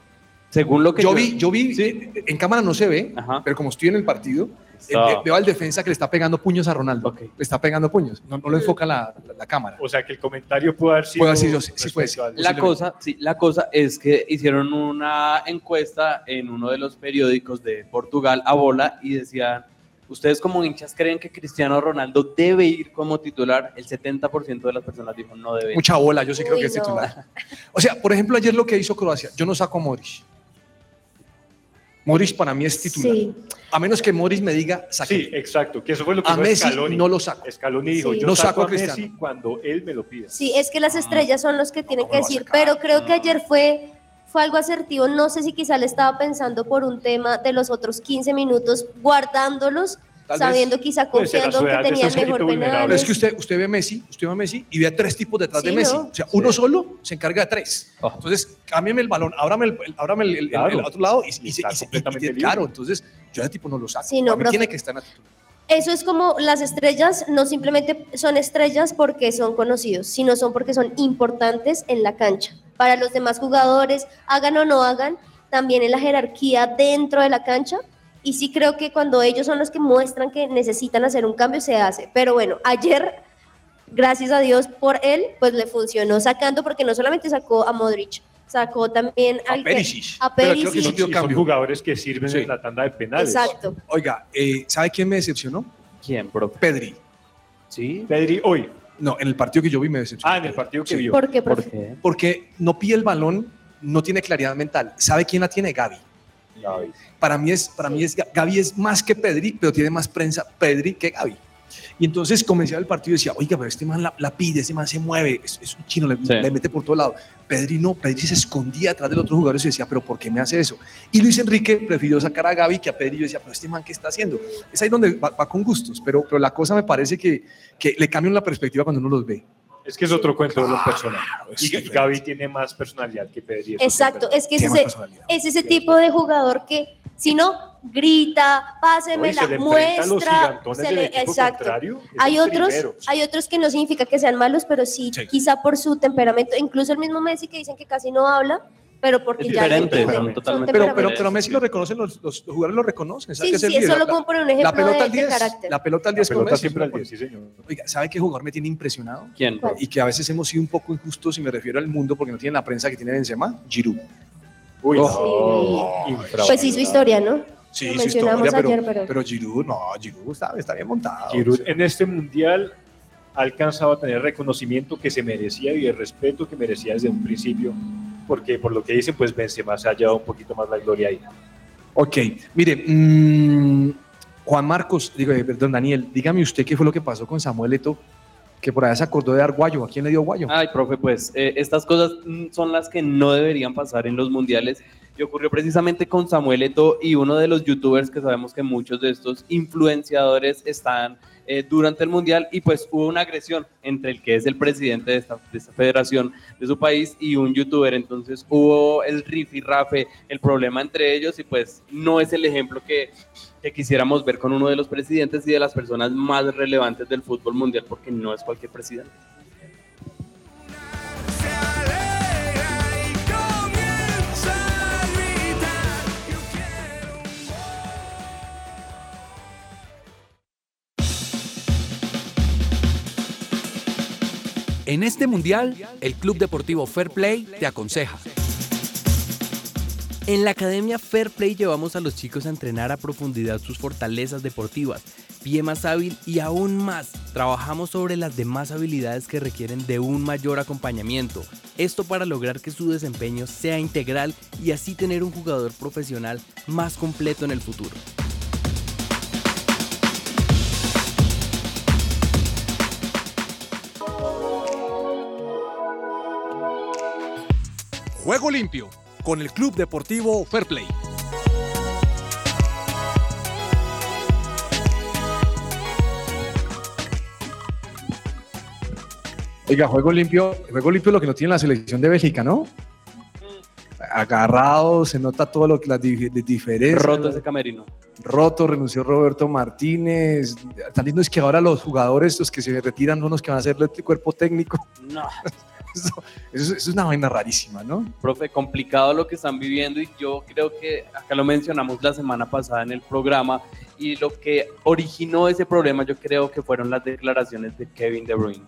[SPEAKER 4] Según lo que
[SPEAKER 1] yo,
[SPEAKER 4] yo-
[SPEAKER 1] vi, yo vi, en cámara no se ve, pero como estoy en el partido, eh,
[SPEAKER 4] Está.
[SPEAKER 1] ve- veo al defensa que le está pegando puños a Ronaldo. Le está pegando puños, no, no lo enfoca la, la- la cámara.
[SPEAKER 3] O sea, que el comentario puede haber sido.
[SPEAKER 1] Puede haber sido, sí, sí, puede ser.
[SPEAKER 3] respecto al-
[SPEAKER 4] La cosa, sí, la cosa es que hicieron una encuesta en uno de los periódicos de Portugal a bola y decían, ¿ustedes como hinchas creen que Cristiano Ronaldo debe ir como titular? El 70% de las personas dijo no debe. ir".
[SPEAKER 1] Mucha bola, yo sí creo
[SPEAKER 2] Uy,
[SPEAKER 1] que es
[SPEAKER 2] no.
[SPEAKER 1] titular. O sea, por ejemplo, ayer lo que hizo Croacia, yo no saco a Modric. Modric para mí es titular.
[SPEAKER 2] Sí.
[SPEAKER 1] A menos que Modric me diga, saque.
[SPEAKER 3] Sí, exacto, que eso fue lo que
[SPEAKER 1] A
[SPEAKER 3] hizo
[SPEAKER 1] Messi
[SPEAKER 3] Scaloni.
[SPEAKER 1] no lo saco.
[SPEAKER 3] Scaloni dijo,
[SPEAKER 2] Sí.
[SPEAKER 3] yo
[SPEAKER 1] No
[SPEAKER 3] saco,
[SPEAKER 1] saco a
[SPEAKER 3] a Messi
[SPEAKER 1] Cristiano.
[SPEAKER 3] cuando él me lo pida.
[SPEAKER 2] Sí, es que las
[SPEAKER 3] Mm.
[SPEAKER 2] estrellas son los que tienen
[SPEAKER 1] ¿cómo
[SPEAKER 2] que
[SPEAKER 1] lo va a
[SPEAKER 2] decir,
[SPEAKER 1] sacar?
[SPEAKER 2] pero creo que ayer fue, fue algo asertivo. No sé si quizá le estaba pensando por un tema de los otros 15 minutos, guardándolos,
[SPEAKER 1] Tal vez.
[SPEAKER 2] sabiendo quizá
[SPEAKER 3] Puede ser,
[SPEAKER 2] confiando
[SPEAKER 3] a su
[SPEAKER 2] que
[SPEAKER 3] edad ya
[SPEAKER 2] tenía el
[SPEAKER 3] está un
[SPEAKER 2] mejor
[SPEAKER 3] poquito
[SPEAKER 2] penal.
[SPEAKER 3] vulnerable.
[SPEAKER 1] Pero es que usted, usted ve a Messi, usted ve a Messi y ve a tres tipos detrás
[SPEAKER 2] Sí,
[SPEAKER 1] de Messi.
[SPEAKER 2] ¿no?
[SPEAKER 1] O sea, uno solo se encarga de tres.
[SPEAKER 4] Oh.
[SPEAKER 1] Entonces, cámbiame el balón, ábrame el, el- ábrame el, el-
[SPEAKER 3] Claro.
[SPEAKER 1] el otro lado y, y,
[SPEAKER 3] Y está
[SPEAKER 1] y- y-
[SPEAKER 3] completamente
[SPEAKER 1] y-
[SPEAKER 3] libre.
[SPEAKER 1] claro, entonces yo a ese tipo no lo saco.
[SPEAKER 2] Sí, no,
[SPEAKER 1] Para mí
[SPEAKER 2] profe.
[SPEAKER 1] tiene que estar en actitud.
[SPEAKER 2] Eso es como las estrellas, no simplemente son estrellas porque son conocidos, sino son porque son importantes en la cancha. Para los demás jugadores, hagan o no hagan, también en la jerarquía dentro de la cancha. Y sí creo que cuando ellos son los que muestran que necesitan hacer un cambio, se hace. Pero bueno, ayer, gracias a Dios por él, pues le funcionó sacando, porque no solamente sacó a Modric, sacó también
[SPEAKER 1] A
[SPEAKER 2] al que-
[SPEAKER 1] Perisic.
[SPEAKER 2] a
[SPEAKER 1] Pero creo que
[SPEAKER 2] Perisic.
[SPEAKER 1] sí dio
[SPEAKER 3] Y son
[SPEAKER 1] cambio.
[SPEAKER 3] jugadores que sirven
[SPEAKER 1] Sí.
[SPEAKER 3] en la tanda de penales.
[SPEAKER 2] Exacto.
[SPEAKER 1] Oiga, eh, ¿sabe quién me decepcionó?
[SPEAKER 4] ¿Quién, profe?
[SPEAKER 1] Pedri.
[SPEAKER 4] Sí.
[SPEAKER 3] Pedri hoy.
[SPEAKER 1] No, en el partido que yo vi me decepcionó.
[SPEAKER 3] Ah, en el partido que
[SPEAKER 1] Sí.
[SPEAKER 3] vio.
[SPEAKER 2] ¿Por qué,
[SPEAKER 4] ¿Por
[SPEAKER 2] profe?
[SPEAKER 4] qué?
[SPEAKER 1] Porque no pide el balón, no tiene claridad mental. ¿Sabe quién la tiene? Gaby. Para mí es, para mí es, Gaby es más que Pedri, pero tiene más prensa Pedri que Gaby. Y entonces comenzaba el partido y decía, oiga, pero este man la, la pide, este man se mueve, es, es un chino, le,
[SPEAKER 4] Sí.
[SPEAKER 1] le mete por todo lado. Pedri no, Pedri se escondía atrás del otro jugador y se decía, pero ¿por qué me hace eso? Y Luis Enrique prefirió sacar a Gaby que a Pedri. Yo decía, pero este man, ¿qué está haciendo? Es ahí donde va, va con gustos, pero, pero la cosa me parece que, que le cambian la perspectiva cuando uno los ve.
[SPEAKER 3] Es que es otro cuento de lo personal.
[SPEAKER 1] es
[SPEAKER 3] Y
[SPEAKER 1] diferente.
[SPEAKER 3] Gaby tiene más personalidad que Pedri. eso sí es
[SPEAKER 2] Exacto,
[SPEAKER 3] verdad.
[SPEAKER 2] es que ese
[SPEAKER 1] Tiene
[SPEAKER 2] es,
[SPEAKER 1] más
[SPEAKER 2] e-
[SPEAKER 1] personalidad.
[SPEAKER 2] es ese tipo de jugador que si no grita, pásemela,
[SPEAKER 3] No, y se le enfrenta a los
[SPEAKER 2] muestra,
[SPEAKER 3] gigantones del equipo contrario, es
[SPEAKER 2] Hay
[SPEAKER 3] un
[SPEAKER 2] otros,
[SPEAKER 3] primero.
[SPEAKER 2] hay otros que no significa que sean malos, pero sí,
[SPEAKER 1] Sí.
[SPEAKER 2] quizá por su temperamento, incluso el mismo Messi que dicen que casi no habla, pero porque
[SPEAKER 4] Es
[SPEAKER 2] ya lo
[SPEAKER 4] diferente,
[SPEAKER 2] entienden,
[SPEAKER 4] son
[SPEAKER 2] son
[SPEAKER 4] totalmente
[SPEAKER 1] Pero, pues pero,
[SPEAKER 2] temperamentos.
[SPEAKER 1] pero Messi lo reconocen, los, los jugadores lo reconocen. ¿sabe
[SPEAKER 2] Sí,
[SPEAKER 1] qué es
[SPEAKER 2] sí,
[SPEAKER 1] el
[SPEAKER 2] eso
[SPEAKER 1] líder?
[SPEAKER 2] lo
[SPEAKER 1] La-
[SPEAKER 2] pongo por un ejemplo
[SPEAKER 1] La pelota
[SPEAKER 2] de-
[SPEAKER 1] al
[SPEAKER 2] de
[SPEAKER 1] 10.
[SPEAKER 2] carácter.
[SPEAKER 1] La pelota al
[SPEAKER 3] La
[SPEAKER 1] 10 con
[SPEAKER 3] pelota
[SPEAKER 1] Messi.
[SPEAKER 3] siempre al
[SPEAKER 1] ¿no?
[SPEAKER 3] 10, sí, señor.
[SPEAKER 1] Oiga, ¿sabe qué jugador me tiene impresionado?
[SPEAKER 4] ¿Quién?
[SPEAKER 2] ¿Cuál?
[SPEAKER 1] Y que a veces hemos sido un poco injustos, y me refiero al mundo porque no tiene la prensa que tiene Benzema, Giroud.
[SPEAKER 3] Uy,
[SPEAKER 2] Oh.
[SPEAKER 3] no. Infra-
[SPEAKER 2] Pues sí, su historia, ¿no?
[SPEAKER 1] Sí,
[SPEAKER 2] Lo
[SPEAKER 1] su
[SPEAKER 2] mencionamos
[SPEAKER 1] historia, pero,
[SPEAKER 2] ayer, pero-
[SPEAKER 1] pero Giroud, no, Giroud está, está bien montado.
[SPEAKER 3] Giroud en este mundial ha alcanzado a tener el reconocimiento que se merecía y el respeto que merecía desde un principio, porque por lo que dicen, pues Benzema se ha llevado un poquito más la gloria ahí.
[SPEAKER 1] Ok, mire, mm, Juan Marcos, digo, eh, perdón, Daniel, dígame usted qué fue lo que pasó con Samuel Eto, que por allá se acordó de dar guayo. ¿A quién le dio guayo?
[SPEAKER 4] Ay, profe, pues eh, estas cosas mm, son las que no deberían pasar en los mundiales. Y ocurrió precisamente con Samuel Eto y uno de los youtubers que sabemos que muchos de estos influenciadores están eh, durante el mundial y pues hubo una agresión entre el que es el presidente de esta, de esta federación de su país y un youtuber. Entonces hubo el rifirrafe, el problema entre ellos y pues no es el ejemplo que, que quisiéramos ver con uno de los presidentes y de las personas más relevantes del fútbol mundial porque no es cualquier presidente.
[SPEAKER 9] En este mundial, el Club Deportivo Fair Play te aconseja.
[SPEAKER 10] En la Academia Fair Play llevamos a los chicos a entrenar a profundidad sus fortalezas deportivas, pie más hábil y aún más, trabajamos sobre las demás habilidades que requieren de un mayor acompañamiento. Esto para lograr que su desempeño sea integral y así tener un jugador profesional más completo en el futuro.
[SPEAKER 6] Juego limpio con el Club Deportivo Fairplay.
[SPEAKER 1] Oiga, juego limpio, juego limpio es lo que no tiene la selección de Bélgica, ¿no? Agarrado, se nota todo lo que las di- de- diferencias.
[SPEAKER 4] Roto ese camerino.
[SPEAKER 1] Roto, renunció Roberto Martínez. Tan lindo es que ahora los jugadores, los que se retiran, son los que van a hacer el cuerpo técnico.
[SPEAKER 4] No.
[SPEAKER 1] Eso, eso- eso es una vaina rarísima, ¿no?
[SPEAKER 4] Profe, complicado lo que están viviendo y yo creo que acá lo mencionamos la semana pasada en el programa y lo que originó ese problema yo creo que fueron las declaraciones de Kevin De Bruyne.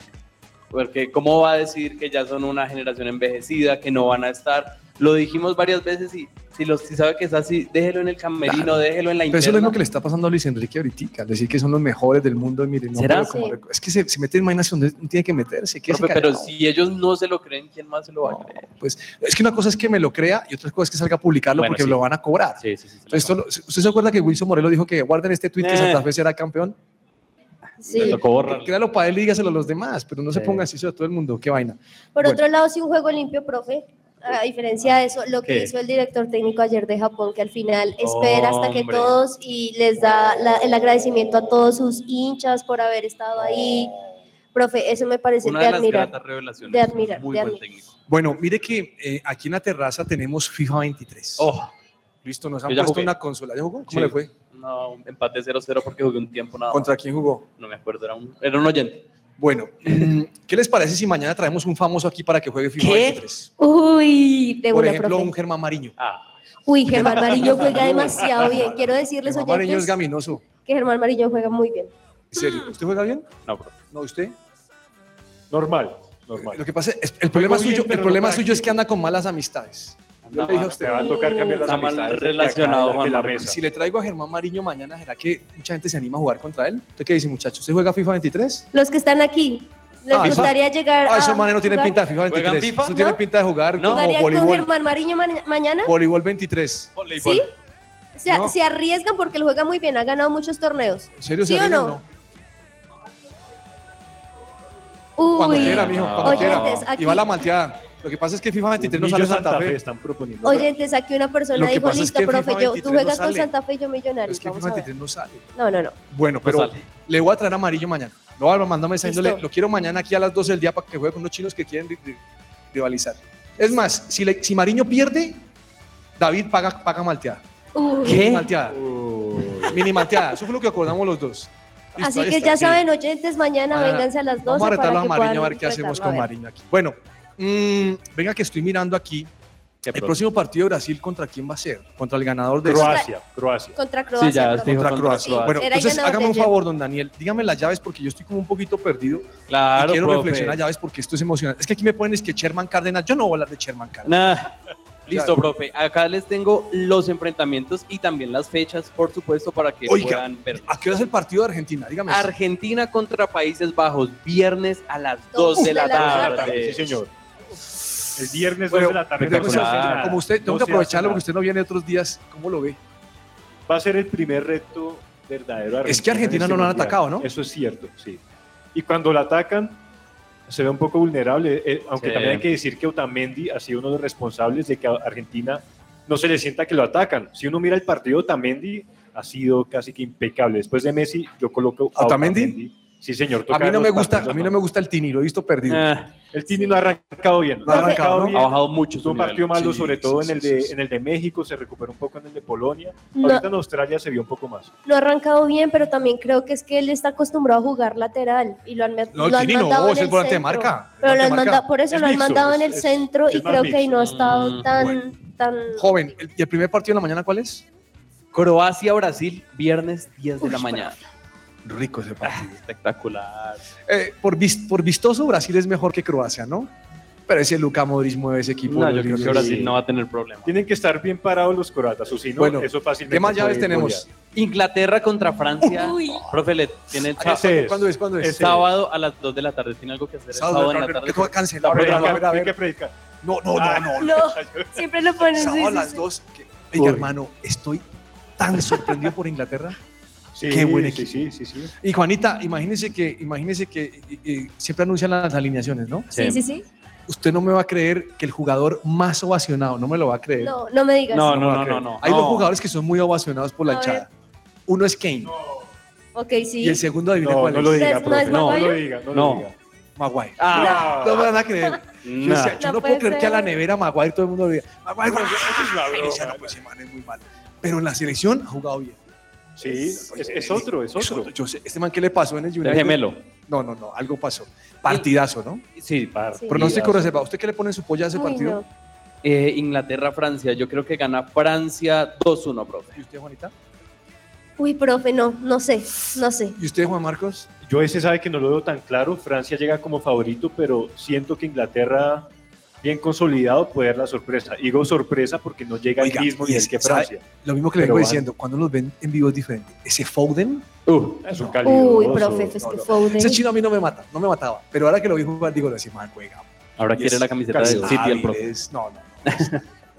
[SPEAKER 4] Porque cómo va a decir que ya son una generación envejecida, que no van a estar. Lo dijimos varias veces y si, los, si sabe que es así, déjelo en el camerino, déjelo en la
[SPEAKER 1] Pero eso es lo
[SPEAKER 4] interna.
[SPEAKER 1] mismo que le está pasando a Luis Enrique ahorita, decir que son los mejores del mundo. y miren, no,
[SPEAKER 4] ¿Será?
[SPEAKER 1] pero como
[SPEAKER 4] Sí.
[SPEAKER 1] rec- Es que se, se mete en vainas donde no tiene que meterse. quédese
[SPEAKER 4] Profe, pero
[SPEAKER 1] callado.
[SPEAKER 4] si ellos no se lo creen, ¿quién más se lo va a creer?
[SPEAKER 1] Pues es que una cosa es que me lo crea y otra cosa es que salga a publicarlo
[SPEAKER 4] Bueno,
[SPEAKER 1] porque
[SPEAKER 4] sí.
[SPEAKER 1] lo van a cobrar.
[SPEAKER 4] Sí, sí, sí.
[SPEAKER 1] Esto lo- ¿Usted se acuerda que Wilson Morelos dijo que guarden este tweet que
[SPEAKER 4] Eh.
[SPEAKER 1] Santa Fe será campeón?
[SPEAKER 2] Sí. Le
[SPEAKER 4] tocó borrarlo.
[SPEAKER 1] Créalo para él y dígaselo a los demás, pero
[SPEAKER 2] Eh.
[SPEAKER 1] no se ponga así a todo el mundo. Qué vaina.
[SPEAKER 2] Por
[SPEAKER 1] Bueno.
[SPEAKER 2] otro lado, sí, un juego limpio, profe. A diferencia de eso, lo que
[SPEAKER 1] ¿Qué?
[SPEAKER 2] hizo el director técnico ayer de Japón, que al final espera hasta que
[SPEAKER 11] Hombre.
[SPEAKER 2] todos y les da la- el agradecimiento a todos sus hinchas por haber estado ahí. Profe, eso me parece
[SPEAKER 4] Una
[SPEAKER 2] de
[SPEAKER 4] de las
[SPEAKER 2] admirar.
[SPEAKER 4] gratas revelaciones.
[SPEAKER 2] De admirar,
[SPEAKER 4] Muy
[SPEAKER 2] de
[SPEAKER 4] buen
[SPEAKER 2] admirar.
[SPEAKER 4] técnico.
[SPEAKER 1] Bueno, mire que eh, aquí en la terraza tenemos FIFA 23. Listo, nos han
[SPEAKER 4] Oh, Yo ya
[SPEAKER 1] puesto
[SPEAKER 4] jugué.
[SPEAKER 1] una consola. ¿Ya jugó? ¿Cómo
[SPEAKER 4] Sí.
[SPEAKER 1] le fue?
[SPEAKER 4] No, empate 0-0 porque jugué un tiempo nada. más.
[SPEAKER 1] ¿Contra quién jugó?
[SPEAKER 4] No me acuerdo, era un, era un oyente.
[SPEAKER 1] Bueno, mm, ¿qué les parece si mañana traemos un famoso aquí para que juegue FIFA 23?
[SPEAKER 2] Uy, de
[SPEAKER 1] Por
[SPEAKER 2] una,
[SPEAKER 1] ejemplo,
[SPEAKER 2] profe.
[SPEAKER 1] un Germán Mariño.
[SPEAKER 2] Uy, Germán Mariño juega demasiado bien. Quiero decirles,
[SPEAKER 1] Germán Mariño es
[SPEAKER 2] oyentes,
[SPEAKER 1] gaminoso.
[SPEAKER 2] que Germán Mariño juega muy bien.
[SPEAKER 1] ¿En serio?
[SPEAKER 2] Ah.
[SPEAKER 1] ¿Usted juega bien?
[SPEAKER 4] No, bro.
[SPEAKER 1] ¿No usted?
[SPEAKER 3] Normal, normal.
[SPEAKER 1] Lo que pasa es, el problema
[SPEAKER 3] bien,
[SPEAKER 1] suyo, el
[SPEAKER 3] pero
[SPEAKER 1] problema
[SPEAKER 3] no
[SPEAKER 1] suyo es que anda con malas amistades. Yo
[SPEAKER 3] Anda
[SPEAKER 1] le dije a
[SPEAKER 3] mal,
[SPEAKER 1] usted,
[SPEAKER 3] te va a tocar cambiar las Está mal amistades de acá, relacionado, de la Juan Manuel. mesa.
[SPEAKER 1] Si le traigo a Germán Mariño mañana, ¿será que mucha gente se anima a jugar contra él? ¿Usted qué dice, muchachos? ¿Usted juega FIFA 23?
[SPEAKER 2] Los que están aquí, les
[SPEAKER 1] Ah, eso-
[SPEAKER 2] gustaría llegar
[SPEAKER 1] Ah,
[SPEAKER 2] a.
[SPEAKER 1] esos manes no tienen
[SPEAKER 2] jugar?
[SPEAKER 1] pinta de FIFA 23.
[SPEAKER 4] FIFA?
[SPEAKER 1] Eso tiene
[SPEAKER 2] ¿No?
[SPEAKER 1] pinta de jugar como
[SPEAKER 2] ¿Jugarían con
[SPEAKER 1] voleibol.
[SPEAKER 2] Germán Mariño ma- mañana?
[SPEAKER 1] Voleibol 23.
[SPEAKER 2] ¿Sí? Se,
[SPEAKER 1] No.
[SPEAKER 2] se arriesgan porque él juega muy bien, ha ganado muchos torneos.
[SPEAKER 1] ¿En serio
[SPEAKER 2] ¿Sí
[SPEAKER 1] se
[SPEAKER 2] o
[SPEAKER 1] arriesgan,
[SPEAKER 2] no? Uy,
[SPEAKER 1] Cuando quiera, mijo, cuando quiera.
[SPEAKER 2] oyentes, aquí,
[SPEAKER 1] Y va la malteada. Lo que pasa es que FIFA 23 no
[SPEAKER 3] Millo
[SPEAKER 1] sale Santa,
[SPEAKER 3] Santa
[SPEAKER 1] Fe.
[SPEAKER 3] Fe están proponiendo.
[SPEAKER 2] oyentes, aquí una
[SPEAKER 1] Lo
[SPEAKER 2] persona
[SPEAKER 1] que
[SPEAKER 2] dijo,
[SPEAKER 1] pasa es
[SPEAKER 2] listo,
[SPEAKER 1] que
[SPEAKER 2] profe,
[SPEAKER 1] FIFA
[SPEAKER 2] yo,
[SPEAKER 1] 23
[SPEAKER 2] tú
[SPEAKER 1] no
[SPEAKER 2] jugario con
[SPEAKER 1] sale.
[SPEAKER 2] Santa Fe y yo millonario.
[SPEAKER 1] Es que FIFA 23 no sale.
[SPEAKER 2] No, no, no.
[SPEAKER 1] Bueno, pero le voy a traer a Amarillo mañana. Lo voy a mandar un mensaje.
[SPEAKER 2] Listo.
[SPEAKER 1] diciéndole, Lo quiero mañana aquí a las 12 del día para que juegue con unos chinos que quieren ri- ri- rivalizar. Es más, si, le- si Mariño pierde, David paga, paga malteada.
[SPEAKER 2] Uy.
[SPEAKER 1] Mini malteada. Mini malteada. Eso fue lo que acordamos los dos. Listo,
[SPEAKER 2] Así
[SPEAKER 1] ahí
[SPEAKER 2] que
[SPEAKER 1] está,
[SPEAKER 2] ya
[SPEAKER 1] sí.
[SPEAKER 2] saben, oyentes, mañana
[SPEAKER 1] Ah,
[SPEAKER 2] vénganse a las 12
[SPEAKER 1] Vamos a
[SPEAKER 2] para
[SPEAKER 1] retarlo a
[SPEAKER 2] que
[SPEAKER 1] Mariño a
[SPEAKER 2] puedan
[SPEAKER 1] ver qué hacemos
[SPEAKER 2] retarlo,
[SPEAKER 1] con
[SPEAKER 2] a ver.
[SPEAKER 1] Mariño aquí. Bueno, mm, venga que estoy mirando aquí. El próximo partido de Brasil contra quién va a ser? Contra el ganador de este,
[SPEAKER 3] Croacia, Croacia.
[SPEAKER 2] Contra Croacia. profe.
[SPEAKER 1] Contra Croacia.
[SPEAKER 2] Sí,
[SPEAKER 1] Bueno,
[SPEAKER 2] era el
[SPEAKER 1] entonces
[SPEAKER 2] ganador
[SPEAKER 1] hágame
[SPEAKER 2] de
[SPEAKER 1] un
[SPEAKER 2] ayer.
[SPEAKER 1] favor, don Daniel. Dígame las llaves porque yo estoy como un poquito perdido.
[SPEAKER 4] Claro,
[SPEAKER 1] y quiero
[SPEAKER 4] profe.
[SPEAKER 1] reflexionar llaves porque esto es emocionante. Es que aquí me ponen es que Sherman Cárdenas. Yo no voy a hablar de Sherman Cárdenas.
[SPEAKER 4] Nah. Listo, profe. Acá les tengo los enfrentamientos y también las fechas, por supuesto, para que
[SPEAKER 1] Oiga,
[SPEAKER 4] puedan ver.
[SPEAKER 1] ¿A qué hora es el partido de Argentina? Dígame. eso.
[SPEAKER 4] Argentina contra Países Bajos, viernes a las 2 de la tarde.
[SPEAKER 3] Sí, señor. El
[SPEAKER 1] Bueno,
[SPEAKER 3] viernes 2 Pues de la tarde.
[SPEAKER 1] pero, pues,
[SPEAKER 3] Espectacular.
[SPEAKER 1] como usted, tengo
[SPEAKER 3] No
[SPEAKER 1] que
[SPEAKER 3] se
[SPEAKER 1] aprovecharlo
[SPEAKER 3] hace
[SPEAKER 1] porque usted no viene otros días. ¿Cómo lo ve?
[SPEAKER 3] Va a ser el primer reto verdadero. a
[SPEAKER 1] Es que Argentina
[SPEAKER 3] en este
[SPEAKER 1] no lo han
[SPEAKER 3] mundial.
[SPEAKER 1] atacado, ¿no?
[SPEAKER 3] Eso es cierto, sí. Y cuando la atacan, se ve un poco vulnerable, eh, aunque
[SPEAKER 4] Sí.
[SPEAKER 3] también hay que decir que Otamendi ha sido uno de los responsables de que a Argentina no se le sienta que lo atacan. Si uno mira el partido, Otamendi ha sido casi que impecable. Después de Messi, yo coloco a
[SPEAKER 1] ¿Otamendi?
[SPEAKER 3] Sí, señor.
[SPEAKER 1] A
[SPEAKER 3] toca
[SPEAKER 1] mí no
[SPEAKER 3] los
[SPEAKER 1] me gusta,
[SPEAKER 3] partidos,
[SPEAKER 1] a mí no me gusta el Tini, lo he visto perdido.
[SPEAKER 3] Ah, el Tini no ha arrancado bien.
[SPEAKER 1] No ha arrancado, ¿no?
[SPEAKER 3] bien.
[SPEAKER 1] Ha
[SPEAKER 4] bajado mucho su
[SPEAKER 3] Tuvo un
[SPEAKER 4] nivel.
[SPEAKER 3] partido malo,
[SPEAKER 1] Sí,
[SPEAKER 3] sobre todo
[SPEAKER 1] sí,
[SPEAKER 3] en, el
[SPEAKER 1] sí,
[SPEAKER 3] de,
[SPEAKER 1] sí.
[SPEAKER 3] en el de México, se recuperó un poco en el de Polonia.
[SPEAKER 2] No.
[SPEAKER 3] Ahorita en Australia se vio un poco más.
[SPEAKER 2] Lo ha arrancado bien, pero también creo que es que él está acostumbrado a jugar lateral y lo han,
[SPEAKER 3] No,
[SPEAKER 2] lo han
[SPEAKER 3] Tini no,
[SPEAKER 2] mandado en
[SPEAKER 3] es el
[SPEAKER 2] el
[SPEAKER 3] volante de
[SPEAKER 2] centro.
[SPEAKER 3] marca.
[SPEAKER 2] Pero lo
[SPEAKER 1] Volante
[SPEAKER 2] han
[SPEAKER 1] de marca.
[SPEAKER 2] mandado, por eso
[SPEAKER 1] Es
[SPEAKER 2] lo han
[SPEAKER 1] mixto,
[SPEAKER 2] mandado en
[SPEAKER 1] es-
[SPEAKER 2] el
[SPEAKER 1] es-
[SPEAKER 2] centro
[SPEAKER 1] es
[SPEAKER 2] y
[SPEAKER 1] más
[SPEAKER 2] creo que ahí no ha estado
[SPEAKER 4] Mm,
[SPEAKER 2] tan, tan
[SPEAKER 4] Ah.
[SPEAKER 1] Joven, ¿el- ¿y el primer partido de la mañana cuál es?
[SPEAKER 4] Croacia-Brasil, viernes 10 de la mañana.
[SPEAKER 1] rico ese partido.
[SPEAKER 4] Espectacular.
[SPEAKER 1] Ah, Eh, por, vis- por vistoso, Brasil es mejor que Croacia, ¿no? Pero ese Luca Modric mueve ese equipo.
[SPEAKER 4] No,
[SPEAKER 1] los
[SPEAKER 4] yo creo que
[SPEAKER 1] líderes.
[SPEAKER 4] Brasil no va a tener problema.
[SPEAKER 3] Tienen que estar bien parados los croatas, o si no,
[SPEAKER 1] Bueno,
[SPEAKER 3] eso fácilmente.
[SPEAKER 1] ¿qué más llaves
[SPEAKER 3] puede
[SPEAKER 1] tenemos?
[SPEAKER 4] Inglaterra contra Francia.
[SPEAKER 1] Uy.
[SPEAKER 4] Profe, le tiene el
[SPEAKER 1] Ah, ¿cuándo- ¿Cuándo es? ¿Cuándo es?
[SPEAKER 4] Es sábado a las 2 de la tarde. ¿Tiene algo que hacer el
[SPEAKER 1] Sábado,
[SPEAKER 4] sábado en
[SPEAKER 1] Ricardo,
[SPEAKER 4] la tarde?
[SPEAKER 1] que tú vas a cancelar,
[SPEAKER 4] Predica,
[SPEAKER 1] a ver, Ah. a ver, a ver.
[SPEAKER 4] predica, predica.
[SPEAKER 1] No, no, no, no.
[SPEAKER 2] No, siempre lo ponen.
[SPEAKER 1] Sábado
[SPEAKER 2] sí,
[SPEAKER 1] a
[SPEAKER 2] sí,
[SPEAKER 1] las
[SPEAKER 2] sí.
[SPEAKER 1] dos. que- Oiga, hermano, estoy tan sorprendido por Inglaterra.
[SPEAKER 3] Sí,
[SPEAKER 1] Qué buen
[SPEAKER 3] sí,
[SPEAKER 1] equipo.
[SPEAKER 3] Sí, sí, sí.
[SPEAKER 1] Y Juanita, imagínese que, imagínese que eh, eh, siempre anuncian las alineaciones, ¿no?
[SPEAKER 2] Sí, sí, sí.
[SPEAKER 1] Usted no me va a creer que el jugador más ovacionado, no me lo va a creer.
[SPEAKER 2] No, no me digas.
[SPEAKER 4] No,
[SPEAKER 1] me
[SPEAKER 4] no,
[SPEAKER 1] lo va a
[SPEAKER 4] no,
[SPEAKER 1] creer.
[SPEAKER 4] no, no.
[SPEAKER 1] Hay dos
[SPEAKER 4] No.
[SPEAKER 1] jugadores que son muy ovacionados por la
[SPEAKER 2] A ver.
[SPEAKER 1] hinchada. Uno es Kane
[SPEAKER 2] Ok, sí.
[SPEAKER 1] y el segundo, adivina
[SPEAKER 3] No,
[SPEAKER 1] cuál
[SPEAKER 3] no
[SPEAKER 1] es.
[SPEAKER 3] lo
[SPEAKER 2] ¿No
[SPEAKER 3] diga,
[SPEAKER 2] es
[SPEAKER 3] profe. No, no
[SPEAKER 2] Maguire?
[SPEAKER 3] lo diga, no
[SPEAKER 4] No.
[SPEAKER 3] lo diga.
[SPEAKER 1] Maguire.
[SPEAKER 4] Ah,
[SPEAKER 1] No me van a creer. Yo, decía, yo no, puedo
[SPEAKER 2] No puede
[SPEAKER 1] creer que a la
[SPEAKER 2] ser.
[SPEAKER 1] nevera Maguire todo el mundo lo diga. Maguire, Maguire,
[SPEAKER 3] broma.
[SPEAKER 1] Y decía, no, pues ese man es muy malo. Pero en la selección ha jugado bien. pues, eh,
[SPEAKER 3] Sí, es, es otro, es otro.
[SPEAKER 1] Yo sé, este man, ¿qué le pasó en el United?
[SPEAKER 4] El gemelo.
[SPEAKER 1] No, no, no, algo pasó. Partidazo, ¿no?
[SPEAKER 4] Sí, par.
[SPEAKER 2] Sí.
[SPEAKER 1] Pronóstico reservado. ¿Usted qué le pone en su polla a ese
[SPEAKER 2] Uy,
[SPEAKER 1] partido?
[SPEAKER 2] no.
[SPEAKER 4] Eh, Inglaterra-Francia. Yo creo que gana Francia 2-1, profe.
[SPEAKER 1] ¿Y usted, Juanita?
[SPEAKER 2] Uy, profe, no, no sé, no sé.
[SPEAKER 1] ¿Y usted, Juan Marcos?
[SPEAKER 3] Yo ese sabe que no lo veo tan claro. Francia llega como favorito, pero siento que Inglaterra, bien consolidado, puede dar la sorpresa. Y Digo sorpresa porque no llega
[SPEAKER 1] Oiga,
[SPEAKER 3] al mismo
[SPEAKER 1] y
[SPEAKER 3] nivel
[SPEAKER 1] es-
[SPEAKER 3] que
[SPEAKER 1] ¿sabe?
[SPEAKER 3] Francia.
[SPEAKER 1] Lo mismo que le
[SPEAKER 3] Pero
[SPEAKER 1] vengo
[SPEAKER 3] van-
[SPEAKER 1] diciendo, cuando los ven en vivo es diferente. Ese Foden,
[SPEAKER 3] Uh, es un calidoso.
[SPEAKER 2] Uy, profe, pues, es que Foden.
[SPEAKER 1] ese chino a mí no me mata, no me mataba. Pero ahora que lo vi jugar, digo, le decía, man, juega.
[SPEAKER 4] Ahora
[SPEAKER 1] Y
[SPEAKER 4] quiere
[SPEAKER 1] es
[SPEAKER 4] la camiseta del
[SPEAKER 1] Cáceres,
[SPEAKER 4] City el profe.
[SPEAKER 1] Áviles, No, no, no.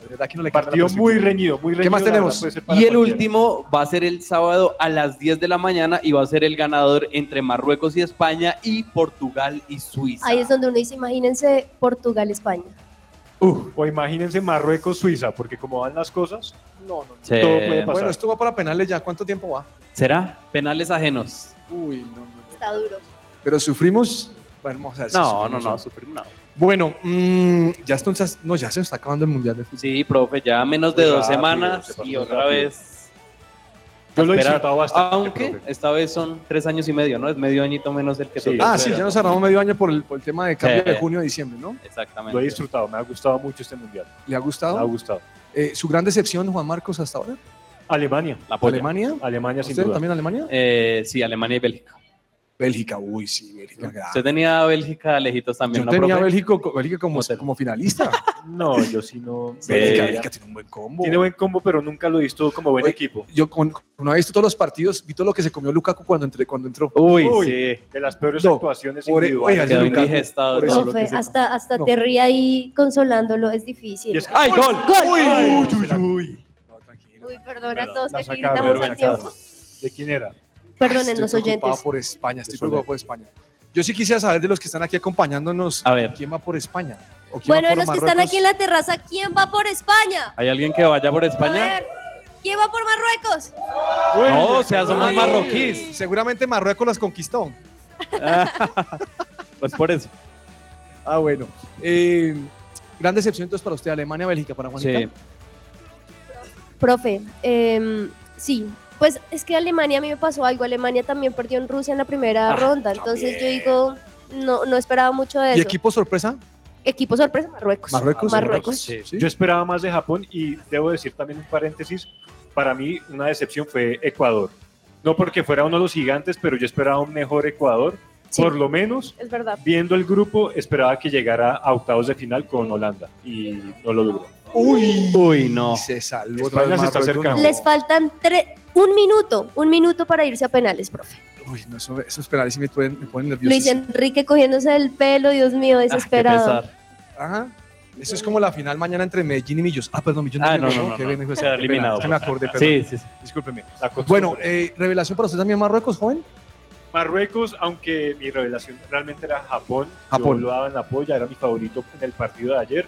[SPEAKER 1] De verdad que no le
[SPEAKER 3] Partido
[SPEAKER 1] quita la
[SPEAKER 3] muy
[SPEAKER 1] posibilidad.
[SPEAKER 3] reñido, muy reñido.
[SPEAKER 1] ¿Qué más
[SPEAKER 3] la verdad,
[SPEAKER 1] tenemos?
[SPEAKER 3] puede ser para
[SPEAKER 4] Y el
[SPEAKER 3] cualquiera.
[SPEAKER 4] último va a ser el sábado a las 10 de la mañana y va a ser el ganador entre Marruecos y España y Portugal y Suiza.
[SPEAKER 2] Ahí es donde uno dice, imagínense Portugal, España.
[SPEAKER 3] Uh, o imagínense Marruecos-Suiza, porque como van las cosas,
[SPEAKER 1] No, no, no.
[SPEAKER 4] Sí.
[SPEAKER 3] todo puede pasar.
[SPEAKER 1] Bueno, esto va para penales ya. ¿Cuánto tiempo va?
[SPEAKER 4] ¿Será? Penales ajenos.
[SPEAKER 1] Uy, no, no.
[SPEAKER 2] Está duro.
[SPEAKER 1] Pero sufrimos. Bueno, vamos a ver si
[SPEAKER 4] No, no,
[SPEAKER 1] sufrimos
[SPEAKER 4] no,
[SPEAKER 1] o
[SPEAKER 4] super no.
[SPEAKER 1] Bueno, mm, ya, entonces, no, ya se nos está acabando el mundial de fútbol.
[SPEAKER 4] Sí, profe, ya menos de
[SPEAKER 3] Muy
[SPEAKER 4] dos
[SPEAKER 3] rápido, se
[SPEAKER 4] semanas
[SPEAKER 3] pasó
[SPEAKER 4] y
[SPEAKER 3] muy
[SPEAKER 4] otra
[SPEAKER 3] rápido.
[SPEAKER 4] vez.
[SPEAKER 3] Yo lo he
[SPEAKER 4] esperar.
[SPEAKER 3] disfrutado bastante.
[SPEAKER 4] Aunque
[SPEAKER 3] profe.
[SPEAKER 4] esta vez son tres años y medio, ¿no? Es medio añito menos el que
[SPEAKER 3] Sí.
[SPEAKER 4] toca
[SPEAKER 1] Ah, sí,
[SPEAKER 4] esperar.
[SPEAKER 1] ya nos armamos medio año por el, por el tema de cambio
[SPEAKER 4] Sí.
[SPEAKER 1] de junio a diciembre, ¿no?
[SPEAKER 4] Exactamente.
[SPEAKER 3] Lo he disfrutado, me ha gustado mucho este mundial.
[SPEAKER 1] ¿Le ha
[SPEAKER 3] Me ha
[SPEAKER 1] gustado?
[SPEAKER 3] gustado.
[SPEAKER 1] Eh, ¿Su gran decepción, Juan Marcos, hasta ahora?
[SPEAKER 3] Alemania.
[SPEAKER 4] La polla.
[SPEAKER 1] ¿Alemania?
[SPEAKER 3] Alemania sin
[SPEAKER 1] ¿Usted
[SPEAKER 3] duda.
[SPEAKER 1] también Alemania?
[SPEAKER 4] Eh, sí, Alemania y Bélgica.
[SPEAKER 1] Bélgica, uy, sí, Bélgica.
[SPEAKER 4] Usted
[SPEAKER 1] grave.
[SPEAKER 4] tenía a Bélgica lejitos también,
[SPEAKER 1] Yo
[SPEAKER 4] ¿no,
[SPEAKER 1] tenía
[SPEAKER 4] profe?
[SPEAKER 1] Bélgica, Bélgica como,
[SPEAKER 4] Hotel.
[SPEAKER 1] como finalista.
[SPEAKER 3] No, yo sí no.
[SPEAKER 4] Sí.
[SPEAKER 1] Bélgica,
[SPEAKER 3] Bélgica.
[SPEAKER 1] Bélgica tiene un buen combo.
[SPEAKER 3] Tiene buen combo, pero nunca lo he visto como buen
[SPEAKER 1] Oye,
[SPEAKER 3] equipo.
[SPEAKER 1] Yo con, no he visto todos los partidos, vi todo lo que se comió Lukaku cuando, entré, cuando entró.
[SPEAKER 4] Uy,
[SPEAKER 3] Uy,
[SPEAKER 4] sí.
[SPEAKER 3] De las peores
[SPEAKER 1] No,
[SPEAKER 3] actuaciones
[SPEAKER 1] por- e-
[SPEAKER 3] individuales.
[SPEAKER 1] oiga,
[SPEAKER 4] Quedó
[SPEAKER 1] Lukaku,
[SPEAKER 4] indigestado.
[SPEAKER 1] por eso lo
[SPEAKER 2] profe,
[SPEAKER 1] que se-
[SPEAKER 2] hasta, hasta
[SPEAKER 1] No.
[SPEAKER 2] Terry ahí consolándolo es difícil.
[SPEAKER 3] Y es-
[SPEAKER 4] ¡Ay, gol!
[SPEAKER 1] Uy,
[SPEAKER 3] Ay,
[SPEAKER 1] uy,
[SPEAKER 3] la-
[SPEAKER 1] uy, uy. No, tranquilo.
[SPEAKER 2] Uy, perdona
[SPEAKER 3] Bueno,
[SPEAKER 2] a todos
[SPEAKER 3] la
[SPEAKER 2] que aquí
[SPEAKER 3] sacaron,
[SPEAKER 2] gritamos
[SPEAKER 3] pero
[SPEAKER 2] al
[SPEAKER 3] la
[SPEAKER 2] tiempo.
[SPEAKER 3] sacaron. ¿De quién era?
[SPEAKER 2] Perdonen los
[SPEAKER 1] estoy preocupado
[SPEAKER 2] oyentes.
[SPEAKER 1] por España, estoy
[SPEAKER 3] Eso
[SPEAKER 1] preocupado
[SPEAKER 3] no.
[SPEAKER 1] por España. Yo sí quisiera saber de los que están aquí acompañándonos,
[SPEAKER 4] A ver.
[SPEAKER 1] ¿quién va por España? ¿O quién
[SPEAKER 2] Bueno,
[SPEAKER 1] va
[SPEAKER 2] de
[SPEAKER 1] por
[SPEAKER 2] los que están
[SPEAKER 1] Marruecos?
[SPEAKER 2] aquí en la terraza, ¿quién va por España?
[SPEAKER 4] ¿Hay alguien que vaya por
[SPEAKER 2] A
[SPEAKER 4] España?
[SPEAKER 2] ver, ¿quién va por Marruecos?
[SPEAKER 4] No, o sea, somos
[SPEAKER 2] Ay.
[SPEAKER 4] marroquíes.
[SPEAKER 1] Seguramente Marruecos las conquistó.
[SPEAKER 4] Pues por eso.
[SPEAKER 1] Ah, bueno. Eh, gran decepción entonces para usted, Alemania, Bélgica, para Juanita.
[SPEAKER 4] Sí.
[SPEAKER 2] Profe, em, sí, pues es que Alemania a mí me pasó algo. Alemania también perdió en Rusia en la primera
[SPEAKER 4] Ah,
[SPEAKER 2] ronda. Entonces yo digo, no, no esperaba mucho de
[SPEAKER 1] ¿Y
[SPEAKER 2] eso.
[SPEAKER 1] equipo sorpresa?
[SPEAKER 2] Equipo sorpresa, Marruecos.
[SPEAKER 1] Marruecos.
[SPEAKER 2] Marruecos.
[SPEAKER 1] Sí.
[SPEAKER 3] Yo esperaba más de Japón y debo decir también un paréntesis, para mí una decepción fue Ecuador. No porque fuera uno de los gigantes, pero yo esperaba un mejor Ecuador,
[SPEAKER 2] Sí.
[SPEAKER 3] por lo menos.
[SPEAKER 2] Es verdad.
[SPEAKER 3] Viendo el grupo, esperaba que llegara a octavos de final con Holanda y no lo logró.
[SPEAKER 1] Uy,
[SPEAKER 4] Uy, no.
[SPEAKER 1] se salvó.
[SPEAKER 3] España
[SPEAKER 1] otra vez
[SPEAKER 3] se está
[SPEAKER 1] Marruecos,
[SPEAKER 3] acercando.
[SPEAKER 1] no.
[SPEAKER 2] Les faltan tre- un minuto, un minuto para irse a penales, profe.
[SPEAKER 1] Uy, no, eso- esos penales sí me ponen, me ponen nervioso.
[SPEAKER 2] Luis Enrique cogiéndose el pelo, Dios mío, desesperado.
[SPEAKER 4] Ah, qué pesar.
[SPEAKER 1] Ajá. Eso es como la final mañana entre Medellín y Millos. Ah, perdón, Millos.
[SPEAKER 4] Ah,
[SPEAKER 1] llegó,
[SPEAKER 4] no, no, no,
[SPEAKER 1] Qué
[SPEAKER 4] no.
[SPEAKER 1] bien, hijo de- qué
[SPEAKER 4] Queda
[SPEAKER 1] pena,
[SPEAKER 4] eliminado.
[SPEAKER 1] es
[SPEAKER 4] pues.
[SPEAKER 1] que me acordé, perdón.
[SPEAKER 4] Sí, sí, sí.
[SPEAKER 1] Discúlpeme.
[SPEAKER 3] La costumbre.
[SPEAKER 1] Bueno, eh, revelación para usted también Marruecos, joven.
[SPEAKER 3] Marruecos, aunque mi revelación realmente era Japón,
[SPEAKER 1] Japón.
[SPEAKER 3] yo lo daba en la polla, era mi favorito en el partido de ayer.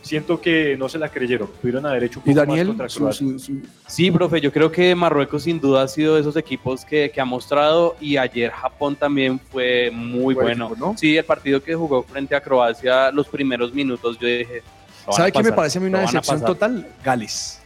[SPEAKER 3] Siento que no se la creyeron, pudieron haber hecho un
[SPEAKER 1] Y
[SPEAKER 3] poco
[SPEAKER 1] Daniel,
[SPEAKER 3] más contra
[SPEAKER 1] su,
[SPEAKER 3] Croacia.
[SPEAKER 1] su, su-
[SPEAKER 4] Sí, profe, yo creo que Marruecos sin duda ha sido de esos equipos que, que ha mostrado y ayer Japón también fue muy
[SPEAKER 1] Buen
[SPEAKER 4] bueno.
[SPEAKER 1] equipo, ¿no?
[SPEAKER 4] Sí, el partido que jugó frente a Croacia, los primeros minutos yo dije... "Lo van a
[SPEAKER 1] ¿Sabe qué me
[SPEAKER 4] pasar,
[SPEAKER 1] parece a mí una
[SPEAKER 4] lo van a
[SPEAKER 1] decepción
[SPEAKER 4] pasar".
[SPEAKER 1] total? Gales.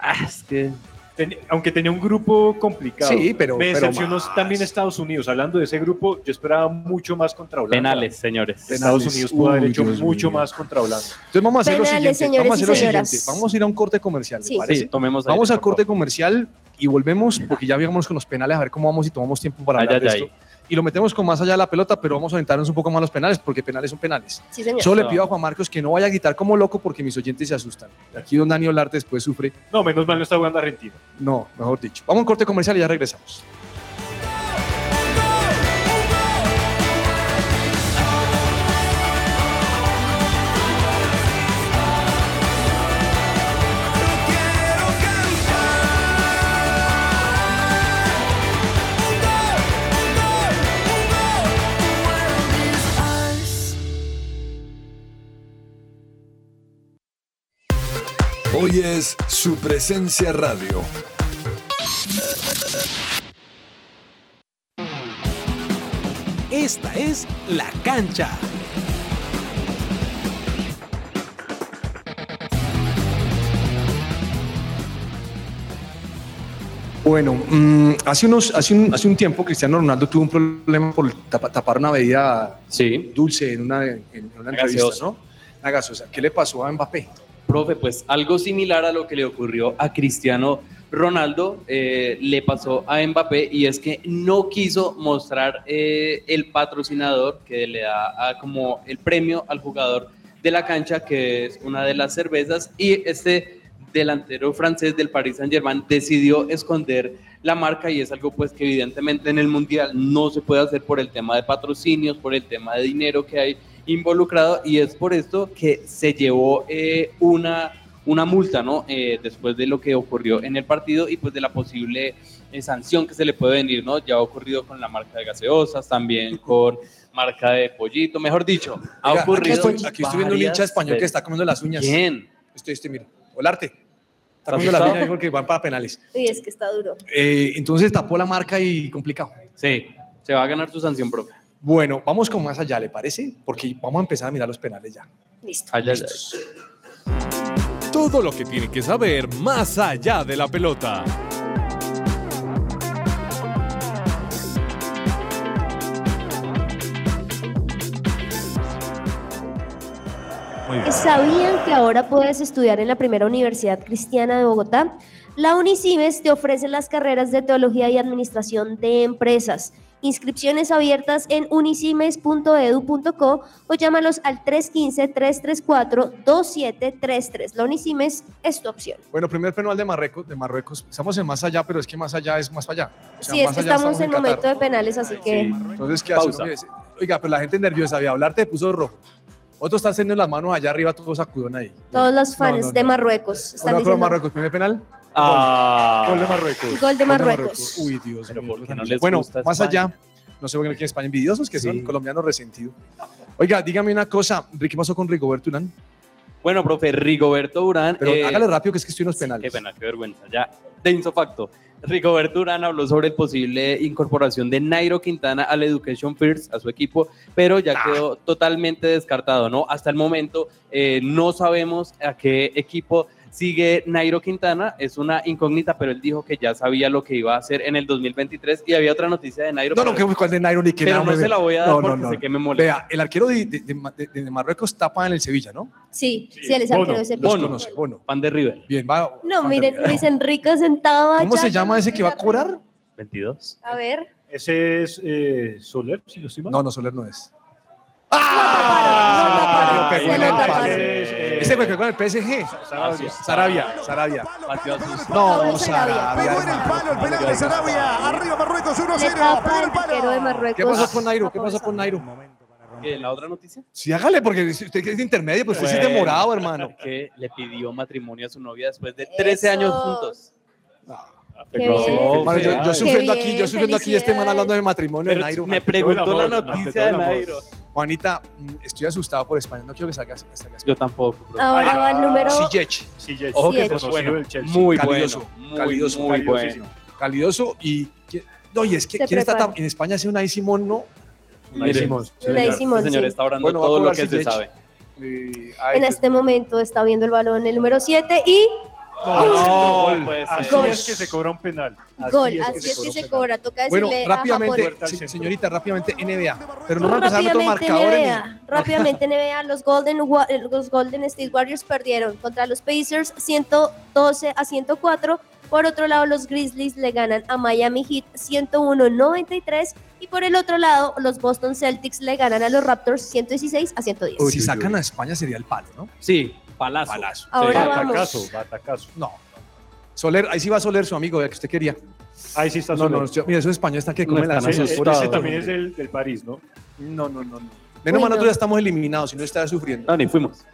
[SPEAKER 4] Ah, es que...
[SPEAKER 3] Ten- aunque tenía un grupo complicado.
[SPEAKER 1] Sí, pero-
[SPEAKER 3] me
[SPEAKER 1] pero
[SPEAKER 3] decepcionó
[SPEAKER 1] más.
[SPEAKER 3] también Estados Unidos. Hablando de ese grupo, yo esperaba mucho más contra Holanda.
[SPEAKER 4] Penales, señores.
[SPEAKER 1] Penales.
[SPEAKER 3] Estados Unidos pudo haber
[SPEAKER 1] Uy,
[SPEAKER 3] hecho
[SPEAKER 1] Dios
[SPEAKER 3] mucho
[SPEAKER 1] mío.
[SPEAKER 3] más contra Holanda.
[SPEAKER 1] Entonces vamos a hacer
[SPEAKER 2] Penales,
[SPEAKER 1] lo siguiente. Vamos a
[SPEAKER 2] señores y
[SPEAKER 1] hacer lo
[SPEAKER 2] señoras.
[SPEAKER 1] siguiente. Vamos a ir a un corte comercial. ¿le
[SPEAKER 2] Sí.
[SPEAKER 1] parece?
[SPEAKER 4] Sí, tomemos aire,
[SPEAKER 1] Vamos al
[SPEAKER 4] por favor.
[SPEAKER 1] corte comercial y y volvemos porque ya vamos con los penales a ver cómo vamos y tomamos tiempo para
[SPEAKER 4] Ay,
[SPEAKER 1] hablar de
[SPEAKER 4] ay, ay.
[SPEAKER 1] esto. Y lo metemos con más allá de la pelota, pero vamos a orientarnos un poco más a los penales porque penales son penales.
[SPEAKER 2] Sí, señor.
[SPEAKER 1] Solo
[SPEAKER 2] No.
[SPEAKER 1] le pido a Juan Marcos que no vaya a gritar como loco porque mis oyentes se asustan. Aquí don Dani Olarte después sufre.
[SPEAKER 3] No, menos mal no está jugando Argentina.
[SPEAKER 1] No, mejor dicho. Vamos a un corte comercial y ya regresamos.
[SPEAKER 8] Hoy es su presencia radio.
[SPEAKER 6] Esta es la cancha.
[SPEAKER 1] Bueno, mm, hace, unos, hace, un, hace un tiempo Cristiano Ronaldo tuvo un problema por tapa- tapar una bebida dulce en una, en una entrevista,
[SPEAKER 4] gaseosa.
[SPEAKER 1] ¿no? Una gaseosa. ¿Qué le pasó a Mbappé?
[SPEAKER 4] Profe, pues algo similar a lo que le ocurrió a Cristiano Ronaldo eh, le pasó a Mbappé y es que no quiso mostrar eh, el patrocinador que le da a- como el premio al jugador de la cancha, que es una de las cervezas, y este delantero francés del Paris Saint Germain decidió esconder la marca y es algo pues que evidentemente en el mundial no se puede hacer por el tema de patrocinios, por el tema de dinero que hay involucrado y es por esto que se llevó eh, una, una multa, ¿no? Eh, después de lo que ocurrió en el partido y pues de la posible eh, sanción que se le puede venir, ¿no? Ya ha ocurrido con la marca de gaseosas, también con marca de pollito, mejor dicho, ha
[SPEAKER 1] Oiga,
[SPEAKER 4] ocurrido.
[SPEAKER 1] Aquí estoy, aquí estoy viendo un
[SPEAKER 4] varias
[SPEAKER 1] hincha español que
[SPEAKER 4] veces.
[SPEAKER 1] está comiendo las uñas. Este,
[SPEAKER 4] ¿Quién?
[SPEAKER 1] Estoy, estoy, mira. Olarte. Está
[SPEAKER 4] ¿Estás
[SPEAKER 1] comiendo las
[SPEAKER 4] asustado?
[SPEAKER 1] uñas ahí porque van para penales.
[SPEAKER 2] Uy, es que está duro.
[SPEAKER 1] Eh, entonces tapó la marca y complicado.
[SPEAKER 4] Sí, se va a ganar su sanción propia.
[SPEAKER 1] Bueno, vamos con más allá, ¿le parece? Porque vamos a empezar a mirar los penales ya.
[SPEAKER 2] Listo.
[SPEAKER 9] Todo lo que tiene que saber más allá de la pelota.
[SPEAKER 2] ¿Sabían que ahora puedes estudiar en la primera universidad cristiana de Bogotá? La Unicibes te ofrece las carreras de Teología y Administración de Empresas. Inscripciones abiertas en unicimes.edu.co o llámalos al 315-334-2733. La Unicimes es tu opción.
[SPEAKER 1] Bueno, primer penal de Marruecos, de Marruecos. Estamos en más allá, pero es que más allá es más allá. O sea,
[SPEAKER 2] Sí, es
[SPEAKER 1] más
[SPEAKER 2] que
[SPEAKER 1] allá
[SPEAKER 2] estamos en
[SPEAKER 1] Qatar.
[SPEAKER 2] momento de penales, así que...
[SPEAKER 1] Entonces, ¿qué hace?
[SPEAKER 4] Pausa.
[SPEAKER 1] Uno dice, Oiga, pero la gente nerviosa, de hablar te puso rojo. Otros están teniendo las manos allá arriba, todos sacudón ahí.
[SPEAKER 2] Todos los fans
[SPEAKER 1] No, no,
[SPEAKER 2] de
[SPEAKER 1] no.
[SPEAKER 2] Marruecos están
[SPEAKER 1] Hola,
[SPEAKER 2] diciendo
[SPEAKER 1] Marruecos, primer penal.
[SPEAKER 4] Ah.
[SPEAKER 1] Gol de Marruecos.
[SPEAKER 2] Gol de Marruecos.
[SPEAKER 1] Uy, Dios mío.
[SPEAKER 4] no les
[SPEAKER 1] bueno,
[SPEAKER 4] gusta
[SPEAKER 1] más
[SPEAKER 4] España?
[SPEAKER 1] allá, no sé por qué en España envidiosos que son colombianos resentidos. Oiga, dígame una cosa, Ricky, ¿qué pasó con Rigoberto Urán?
[SPEAKER 4] Bueno, profe, Rigoberto Urán.
[SPEAKER 1] Pero
[SPEAKER 4] eh,
[SPEAKER 1] hágale rápido que es que estoy en los penales.
[SPEAKER 4] Qué pena, qué vergüenza. Ya, denso facto. Rigoberto Urán habló sobre el posible incorporación de Nairo Quintana al Education First, a su equipo, pero ya
[SPEAKER 1] Ah.
[SPEAKER 4] quedó totalmente descartado, ¿no? Hasta el momento eh, no sabemos a qué equipo sigue Nairo Quintana, es una incógnita, pero él dijo que ya sabía lo que iba a hacer en el 2023 y había otra noticia de Nairo.
[SPEAKER 1] No, no,
[SPEAKER 4] pero-
[SPEAKER 1] que cuál de Nairo ni que
[SPEAKER 4] Pero
[SPEAKER 1] nada,
[SPEAKER 4] no
[SPEAKER 1] hombre.
[SPEAKER 4] se la voy a dar porque sé que me molesta.
[SPEAKER 1] Vea, el arquero de, de- de- de- de Marruecos tapa en el Sevilla, ¿no?
[SPEAKER 2] Sí, sí, él es arquero de ese
[SPEAKER 1] Los
[SPEAKER 2] equipo.
[SPEAKER 1] conoce, Bono.
[SPEAKER 4] Pan de River.
[SPEAKER 1] Bien, va.
[SPEAKER 2] No, miren, Luis Enrique sentado
[SPEAKER 1] ¿Cómo
[SPEAKER 2] allá.
[SPEAKER 1] se llama ese que va a cobrar?
[SPEAKER 4] 22.
[SPEAKER 2] A ver.
[SPEAKER 3] Ese es eh, Soler, si no estoy mal.
[SPEAKER 1] No, no, Soler no es.
[SPEAKER 3] Ah,
[SPEAKER 1] Lo pegó en
[SPEAKER 3] se
[SPEAKER 1] el
[SPEAKER 3] lo
[SPEAKER 1] pase.
[SPEAKER 3] taparon. Eh,
[SPEAKER 1] Ese fue con el PSG.
[SPEAKER 3] Sarabia.
[SPEAKER 1] Ah, Sarabia, Sarabia.
[SPEAKER 2] Pablo
[SPEAKER 1] No,
[SPEAKER 2] Sarabia.
[SPEAKER 1] Sarabia.
[SPEAKER 5] palo, el penal de Sarabia. Arriba Marruecos
[SPEAKER 2] Le
[SPEAKER 5] 1-0.
[SPEAKER 2] tapa
[SPEAKER 5] Pegó
[SPEAKER 2] el
[SPEAKER 5] el palo.
[SPEAKER 2] arquero de Marruecos.
[SPEAKER 1] ¿Qué pasó con Nairo? ¿Qué pasó con Nairo?
[SPEAKER 4] ¿Qué, ¿La otra noticia?
[SPEAKER 1] Sí, hágale, porque si usted que es de intermedio, pues usted sí es
[SPEAKER 4] Bueno.
[SPEAKER 1] demorado, hermano.
[SPEAKER 4] Que le pidió matrimonio a su novia después de 13 años juntos.
[SPEAKER 2] Qué bien.
[SPEAKER 1] Hermano, yo, yo
[SPEAKER 4] Qué
[SPEAKER 1] sufriendo
[SPEAKER 2] bien,
[SPEAKER 1] aquí, yo sufriendo aquí, este man hablando de matrimonio de
[SPEAKER 4] Pero
[SPEAKER 1] Nairo.
[SPEAKER 4] me
[SPEAKER 1] man.
[SPEAKER 4] preguntó la
[SPEAKER 3] amor,
[SPEAKER 4] noticia de
[SPEAKER 3] el amor.
[SPEAKER 4] Nairo.
[SPEAKER 1] Juanita, mm, estoy asustado por España. No quiero que salgas. que salgas.
[SPEAKER 4] Yo tampoco. profe.
[SPEAKER 2] Ahora va el número...
[SPEAKER 1] Ziyech,
[SPEAKER 3] Sí, ya es
[SPEAKER 4] Ojo que
[SPEAKER 2] Siete.
[SPEAKER 4] es
[SPEAKER 3] conocido
[SPEAKER 4] bueno.
[SPEAKER 3] del Chelsea.
[SPEAKER 4] Muy
[SPEAKER 1] Calidoso,
[SPEAKER 4] bueno. Muy,
[SPEAKER 1] calidoso,
[SPEAKER 4] muy
[SPEAKER 1] calidosísimo.
[SPEAKER 4] bueno.
[SPEAKER 1] calidoso y... ¿quién- No, y es que
[SPEAKER 2] Se
[SPEAKER 1] ¿quién está
[SPEAKER 2] prepara.
[SPEAKER 1] tan- en España? hace una Simón, ¿no?
[SPEAKER 4] Mire,
[SPEAKER 3] Simón,
[SPEAKER 4] este
[SPEAKER 2] Unai
[SPEAKER 4] señor-
[SPEAKER 2] Simón,
[SPEAKER 4] este señor
[SPEAKER 2] sí.
[SPEAKER 4] está hablando
[SPEAKER 1] Bueno, va a
[SPEAKER 4] todo lo
[SPEAKER 1] cobrar
[SPEAKER 4] que se
[SPEAKER 1] Ziyech.
[SPEAKER 4] sabe.
[SPEAKER 1] Eh, ay,
[SPEAKER 2] En
[SPEAKER 1] pues,
[SPEAKER 2] este momento está viendo el balón el número 7 y
[SPEAKER 4] Ah, No,
[SPEAKER 3] Gol.
[SPEAKER 4] pues,
[SPEAKER 3] Así
[SPEAKER 2] Gol.
[SPEAKER 3] es que se cobra un penal.
[SPEAKER 2] gol. Así es que se
[SPEAKER 3] penal.
[SPEAKER 2] cobra. Toca
[SPEAKER 1] Bueno,
[SPEAKER 2] decirle a
[SPEAKER 1] rápidamente,
[SPEAKER 2] Japón.
[SPEAKER 1] se- señorita, rápidamente NBA. Pero no vamos a empezar a meter
[SPEAKER 2] Rápidamente
[SPEAKER 1] marcadores.
[SPEAKER 2] NBA, rápidamente NBA, los Golden, Wa- eh, los Golden State Warriors perdieron contra los Pacers 112 a 104 Por otro lado, los Grizzlies le ganan a Miami Heat 101-93. Y por el otro lado, los Boston Celtics le ganan a los Raptors 116 a 110.
[SPEAKER 1] si sacan a España sería el palo, ¿no?
[SPEAKER 4] Sí, palazo.
[SPEAKER 1] Palazo.
[SPEAKER 2] Ahora vamos.
[SPEAKER 3] batacazo.
[SPEAKER 1] No. Soler, ahí sí va Soler, su amigo, el que usted quería.
[SPEAKER 3] Ahí sí está
[SPEAKER 1] No,
[SPEAKER 3] Soler.
[SPEAKER 1] no, yo- mira, eso es español, está que
[SPEAKER 3] No,
[SPEAKER 1] come
[SPEAKER 3] está-
[SPEAKER 1] las
[SPEAKER 3] ese-
[SPEAKER 1] asas.
[SPEAKER 3] ese
[SPEAKER 1] Por-
[SPEAKER 3] también es del, del París, ¿no?
[SPEAKER 1] No, no, no. Menos mal nosotros ya estamos eliminados, si no estaba sufriendo.
[SPEAKER 4] No, ni fuimos.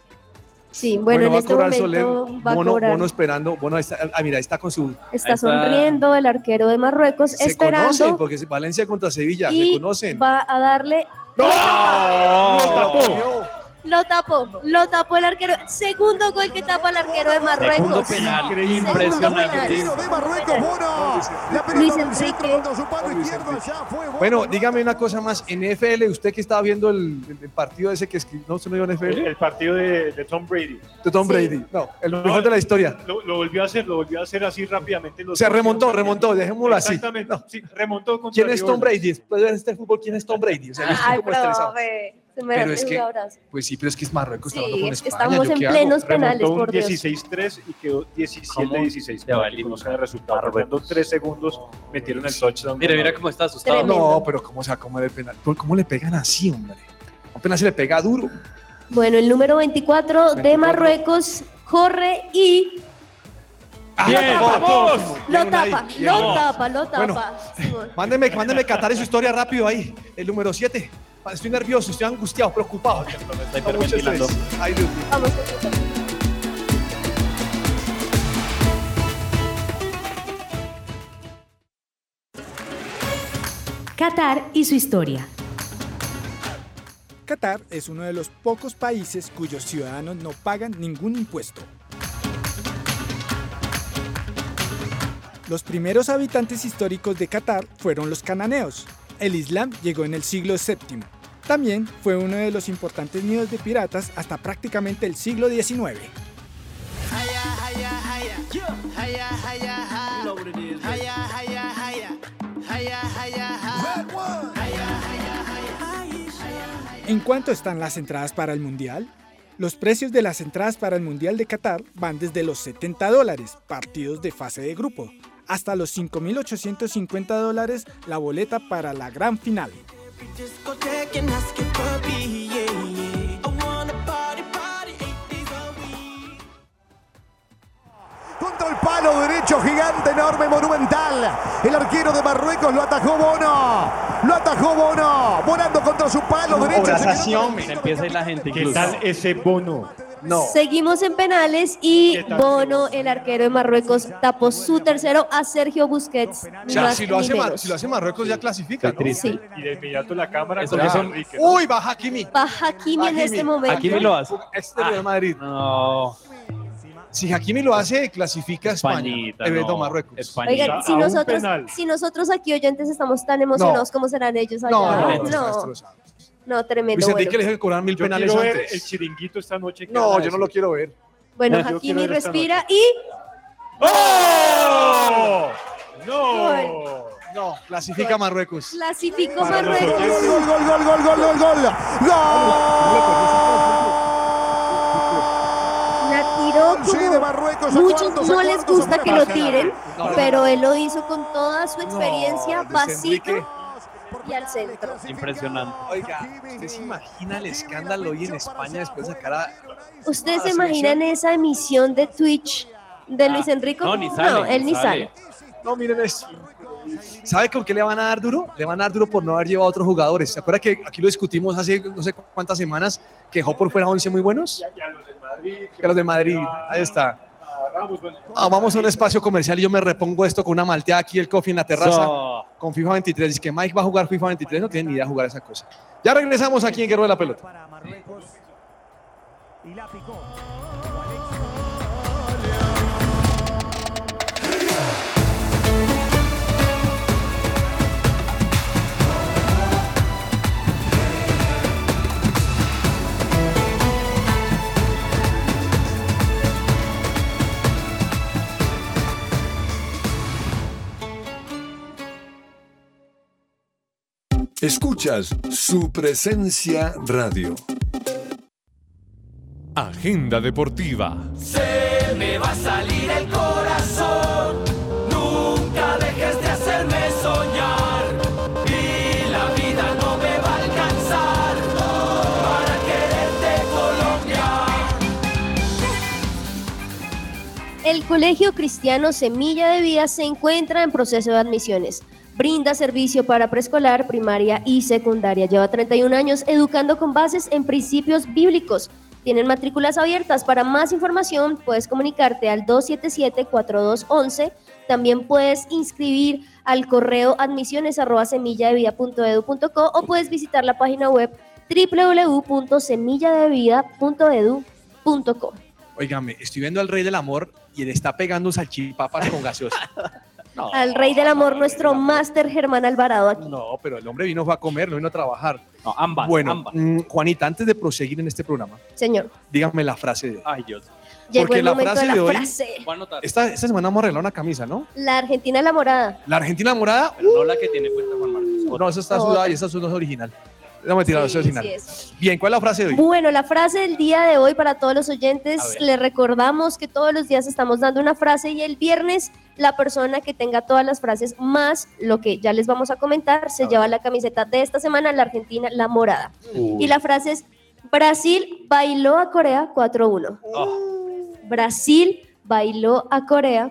[SPEAKER 2] Sí, bueno, en
[SPEAKER 1] va
[SPEAKER 2] este
[SPEAKER 1] a cobrar
[SPEAKER 2] momento
[SPEAKER 1] Soler,
[SPEAKER 2] va a
[SPEAKER 1] Bono,
[SPEAKER 2] cobrar.
[SPEAKER 1] Bono esperando, Bono ahí está, ah, mira, ahí está con su...
[SPEAKER 2] Está sonriendo el arquero de Marruecos,
[SPEAKER 1] Se conocen,
[SPEAKER 2] esperando
[SPEAKER 1] porque es Valencia contra Sevilla, se
[SPEAKER 2] y
[SPEAKER 1] conocen.
[SPEAKER 2] va a darle. Lo tapó, lo tapó el arquero. Segundo gol que tapa el arquero de Marruecos. Segundo penal.
[SPEAKER 5] de Marruecos, Bono. La
[SPEAKER 2] Luis
[SPEAKER 5] pelota del centro
[SPEAKER 2] Enrique.
[SPEAKER 5] contra su palo izquierdo. Allá fue
[SPEAKER 1] Bueno, dígame una cosa más. NFL, usted que estaba viendo el, el- el partido ese que escribió, no, usted no vio NFL.
[SPEAKER 3] El, el partido de, de Tom Brady.
[SPEAKER 1] De Tom Brady. No, el mejor de la historia.
[SPEAKER 3] Lo, lo volvió a hacer, lo volvió a hacer así rápidamente. Los
[SPEAKER 1] Se remontó, remontó, dejémoslo así.
[SPEAKER 3] Exactamente. Sí, remontó contra
[SPEAKER 1] ¿Quién es Tom
[SPEAKER 3] Liverpool.
[SPEAKER 1] Brady? Después de ver este fútbol, ¿quién es Tom Brady? O sea, yo estoy
[SPEAKER 2] Ah, Ay,
[SPEAKER 1] como estresado.
[SPEAKER 2] profe. Se me
[SPEAKER 1] Pero
[SPEAKER 2] hace
[SPEAKER 1] es
[SPEAKER 2] un
[SPEAKER 1] que,
[SPEAKER 2] abrazo.
[SPEAKER 1] pues sí, pero es que es Marruecos
[SPEAKER 2] Sí,
[SPEAKER 1] trabajando con
[SPEAKER 2] es-
[SPEAKER 1] España.
[SPEAKER 2] estamos
[SPEAKER 1] ¿yo
[SPEAKER 2] en
[SPEAKER 1] qué hago?
[SPEAKER 2] plenos penales,
[SPEAKER 3] Remontó un
[SPEAKER 2] por Dios.
[SPEAKER 3] 16-3 y quedó 17-16.
[SPEAKER 4] Ya
[SPEAKER 3] Para
[SPEAKER 4] valí.
[SPEAKER 3] que conozcan el resultado. Faltando 3 segundos, metieron el touchdown.
[SPEAKER 4] Mira, mira cómo está asustado.
[SPEAKER 1] No, pero ¿cómo se va a comer el penal? ¿Por- ¿Cómo le pegan así, hombre? Apenas se le pega duro.
[SPEAKER 2] Bueno, el número 24 de
[SPEAKER 1] 24.
[SPEAKER 2] Marruecos corre y
[SPEAKER 1] Bien, vamos.
[SPEAKER 2] lo
[SPEAKER 1] Bien ahí,
[SPEAKER 2] tapa,
[SPEAKER 1] bien
[SPEAKER 2] lo
[SPEAKER 1] ahí.
[SPEAKER 2] tapa, lo
[SPEAKER 1] Bueno.
[SPEAKER 2] tapa. Simón.
[SPEAKER 1] Mándeme, mándeme Qatar y su historia rápido ahí. El número 7. Estoy nervioso, estoy angustiado, preocupado.
[SPEAKER 4] Está hiperventilando.
[SPEAKER 1] Ay, Dios mío.
[SPEAKER 2] Vamos.
[SPEAKER 11] Qatar y su historia.
[SPEAKER 12] Qatar es uno de los pocos países cuyos ciudadanos no pagan ningún impuesto. Los primeros habitantes históricos de Qatar fueron los cananeos. El Islam llegó en el siglo VII. También fue uno de los importantes nidos de piratas hasta prácticamente el siglo XIX. ¿En cuánto están las entradas para el Mundial? Los precios de las entradas para el Mundial de Qatar van desde los 70 dólares, partidos de fase de grupo, hasta los 5.850 dólares la boleta para la gran final.
[SPEAKER 5] Contra el palo derecho, gigante, enorme, monumental. El arquero de Marruecos lo atajó Bono. Lo atajó Bono. Volando contra su palo derecho. se quedó-
[SPEAKER 4] Se empieza ahí la gente.
[SPEAKER 3] ¿Qué tal ese bono?
[SPEAKER 1] No.
[SPEAKER 2] Seguimos en penales y Bono, el arquero de Marruecos, tapó su tercero a Sergio Busquets.
[SPEAKER 1] O
[SPEAKER 2] ni
[SPEAKER 1] sea,
[SPEAKER 2] más
[SPEAKER 1] si lo,
[SPEAKER 2] ni
[SPEAKER 1] hace Mar-
[SPEAKER 2] menos.
[SPEAKER 1] si lo hace Marruecos ya clasifica, ¿no?
[SPEAKER 2] Sí.
[SPEAKER 3] Y de inmediato la cámara
[SPEAKER 1] Eso
[SPEAKER 3] con
[SPEAKER 1] que son-
[SPEAKER 3] Enrique.
[SPEAKER 1] Uy, va Hakimi.
[SPEAKER 2] Va Hakimi en este momento.
[SPEAKER 4] Hakimi lo hace.
[SPEAKER 1] Este Real Madrid.
[SPEAKER 4] No.
[SPEAKER 1] Si Hakimi lo hace, clasifica a España.
[SPEAKER 4] Españita,
[SPEAKER 1] Evento
[SPEAKER 4] no.
[SPEAKER 1] Marruecos.
[SPEAKER 4] Españita.
[SPEAKER 2] Oigan, si
[SPEAKER 1] A un
[SPEAKER 2] nosotros,
[SPEAKER 1] penal.
[SPEAKER 2] si nosotros aquí oyentes estamos tan emocionados,
[SPEAKER 1] No.
[SPEAKER 2] ¿cómo serán ellos allá?
[SPEAKER 1] No, no, no,
[SPEAKER 2] no, no,
[SPEAKER 1] Luis
[SPEAKER 2] tremendo.
[SPEAKER 1] Enrique le
[SPEAKER 2] Bueno,
[SPEAKER 1] debe cobrar mil
[SPEAKER 3] Yo
[SPEAKER 1] penales
[SPEAKER 3] quiero ver el
[SPEAKER 1] antes.
[SPEAKER 3] chiringuito esta noche. que
[SPEAKER 1] No,
[SPEAKER 3] gana
[SPEAKER 1] yo no
[SPEAKER 3] eso.
[SPEAKER 1] lo quiero ver.
[SPEAKER 2] bueno
[SPEAKER 3] Yo quiero
[SPEAKER 2] Hakimi
[SPEAKER 3] ver esta
[SPEAKER 2] respira y
[SPEAKER 3] ¡Oh! ¡No!
[SPEAKER 1] No, clasifica Marruecos.
[SPEAKER 2] clasificó
[SPEAKER 1] Ah,
[SPEAKER 5] Gol, gol,
[SPEAKER 2] Marruecos.
[SPEAKER 5] gol, gol, gol, gol, gol, gol, gol.
[SPEAKER 2] La tiró
[SPEAKER 5] Sí, de
[SPEAKER 2] como
[SPEAKER 5] Marruecos, a
[SPEAKER 2] muchos
[SPEAKER 5] cuartos, a
[SPEAKER 2] no les
[SPEAKER 5] cuartos, a
[SPEAKER 2] gusta que lo
[SPEAKER 5] cuartos.
[SPEAKER 2] tiren,
[SPEAKER 1] No, no.
[SPEAKER 2] pero él lo hizo con toda su experiencia,
[SPEAKER 1] Luis
[SPEAKER 2] pasito
[SPEAKER 1] Enrique.
[SPEAKER 2] y al centro.
[SPEAKER 4] Impresionante.
[SPEAKER 1] Oiga, ¿usted se imagina el escándalo hoy en España después de sacar a...
[SPEAKER 2] ¿Ustedes
[SPEAKER 1] Ah,
[SPEAKER 2] se
[SPEAKER 1] la
[SPEAKER 2] imaginan esa emisión de Twitch de
[SPEAKER 1] Ah.
[SPEAKER 2] Luis Enrico?
[SPEAKER 4] No, ni sale.
[SPEAKER 2] él ni sale.
[SPEAKER 1] No, miren esto. ¿Sabe con qué le van a dar duro? Le van a dar duro por no haber llevado a otros jugadores. ¿Se acuerda que aquí lo discutimos hace no sé cuántas semanas que dejó por fuera 11 muy buenos?
[SPEAKER 3] Ya los del Madrid.
[SPEAKER 1] Que los de Madrid. Ahí está.
[SPEAKER 3] Ah, Ramos, bueno.
[SPEAKER 1] Ah, vamos a un espacio comercial y yo me repongo esto con una malteada aquí, el coffee en la terraza,
[SPEAKER 4] So.
[SPEAKER 1] con FIFA 23. Dice que Mike va a jugar FIFA 23, no tiene ni idea de jugar esa cosa. Ya regresamos aquí en Guerrero de la Pelota.
[SPEAKER 5] Y la picó.
[SPEAKER 8] Escuchas su presencia radio.
[SPEAKER 13] Agenda deportiva.
[SPEAKER 14] Se me va a salir el corazón
[SPEAKER 2] El Colegio Cristiano Semilla de Vida se encuentra en proceso de admisiones. Brinda servicio para preescolar, primaria y secundaria. Lleva 31 años educando con bases en principios bíblicos. Tienen matrículas abiertas. Para más información puedes comunicarte al 277-4211. También puedes inscribir al correo admisiones arroba semilladevida.edu.co o puedes visitar la página web www.semilladevida.edu.co.
[SPEAKER 1] Óigame, estoy viendo al Rey del Amor y le está pegando salchipapas con gaseosa. No,
[SPEAKER 2] Al Rey del Amor, nuestro máster Germán Alvarado aquí.
[SPEAKER 1] no, pero el hombre vino fue a comer, no vino a trabajar.
[SPEAKER 4] No, ambas.
[SPEAKER 1] Bueno,
[SPEAKER 4] ambas.
[SPEAKER 1] mm, Juanita, antes de proseguir en este programa,
[SPEAKER 2] Señor,
[SPEAKER 1] dígame la frase de hoy.
[SPEAKER 4] Ay, Dios.
[SPEAKER 2] llegó
[SPEAKER 1] Porque
[SPEAKER 2] el
[SPEAKER 1] la
[SPEAKER 2] momento
[SPEAKER 1] frase
[SPEAKER 2] de la
[SPEAKER 1] de hoy-
[SPEAKER 2] frase.
[SPEAKER 4] Voy a anotar.
[SPEAKER 1] Esta, esta semana hemos arreglado una camisa, ¿no?
[SPEAKER 2] La Argentina la morada.
[SPEAKER 1] La Argentina morada.
[SPEAKER 4] Pero no la que tiene puesta Juan Marcos.
[SPEAKER 1] No, esa está sudada y esa no es original. No me esa es
[SPEAKER 2] Sí,
[SPEAKER 1] original.
[SPEAKER 2] sí es.
[SPEAKER 1] Bien, ¿cuál es la frase de hoy?
[SPEAKER 2] Bueno, la frase del día de hoy para todos los oyentes,
[SPEAKER 1] A ver.
[SPEAKER 2] les recordamos que todos los días estamos dando una frase y el viernes la persona que tenga todas las frases más lo que ya les vamos a comentar se lleva la camiseta de esta semana, la Argentina, la morada. Y la frase es, Brasil bailó a Corea 4-1.
[SPEAKER 1] Oh.
[SPEAKER 2] Brasil bailó a Corea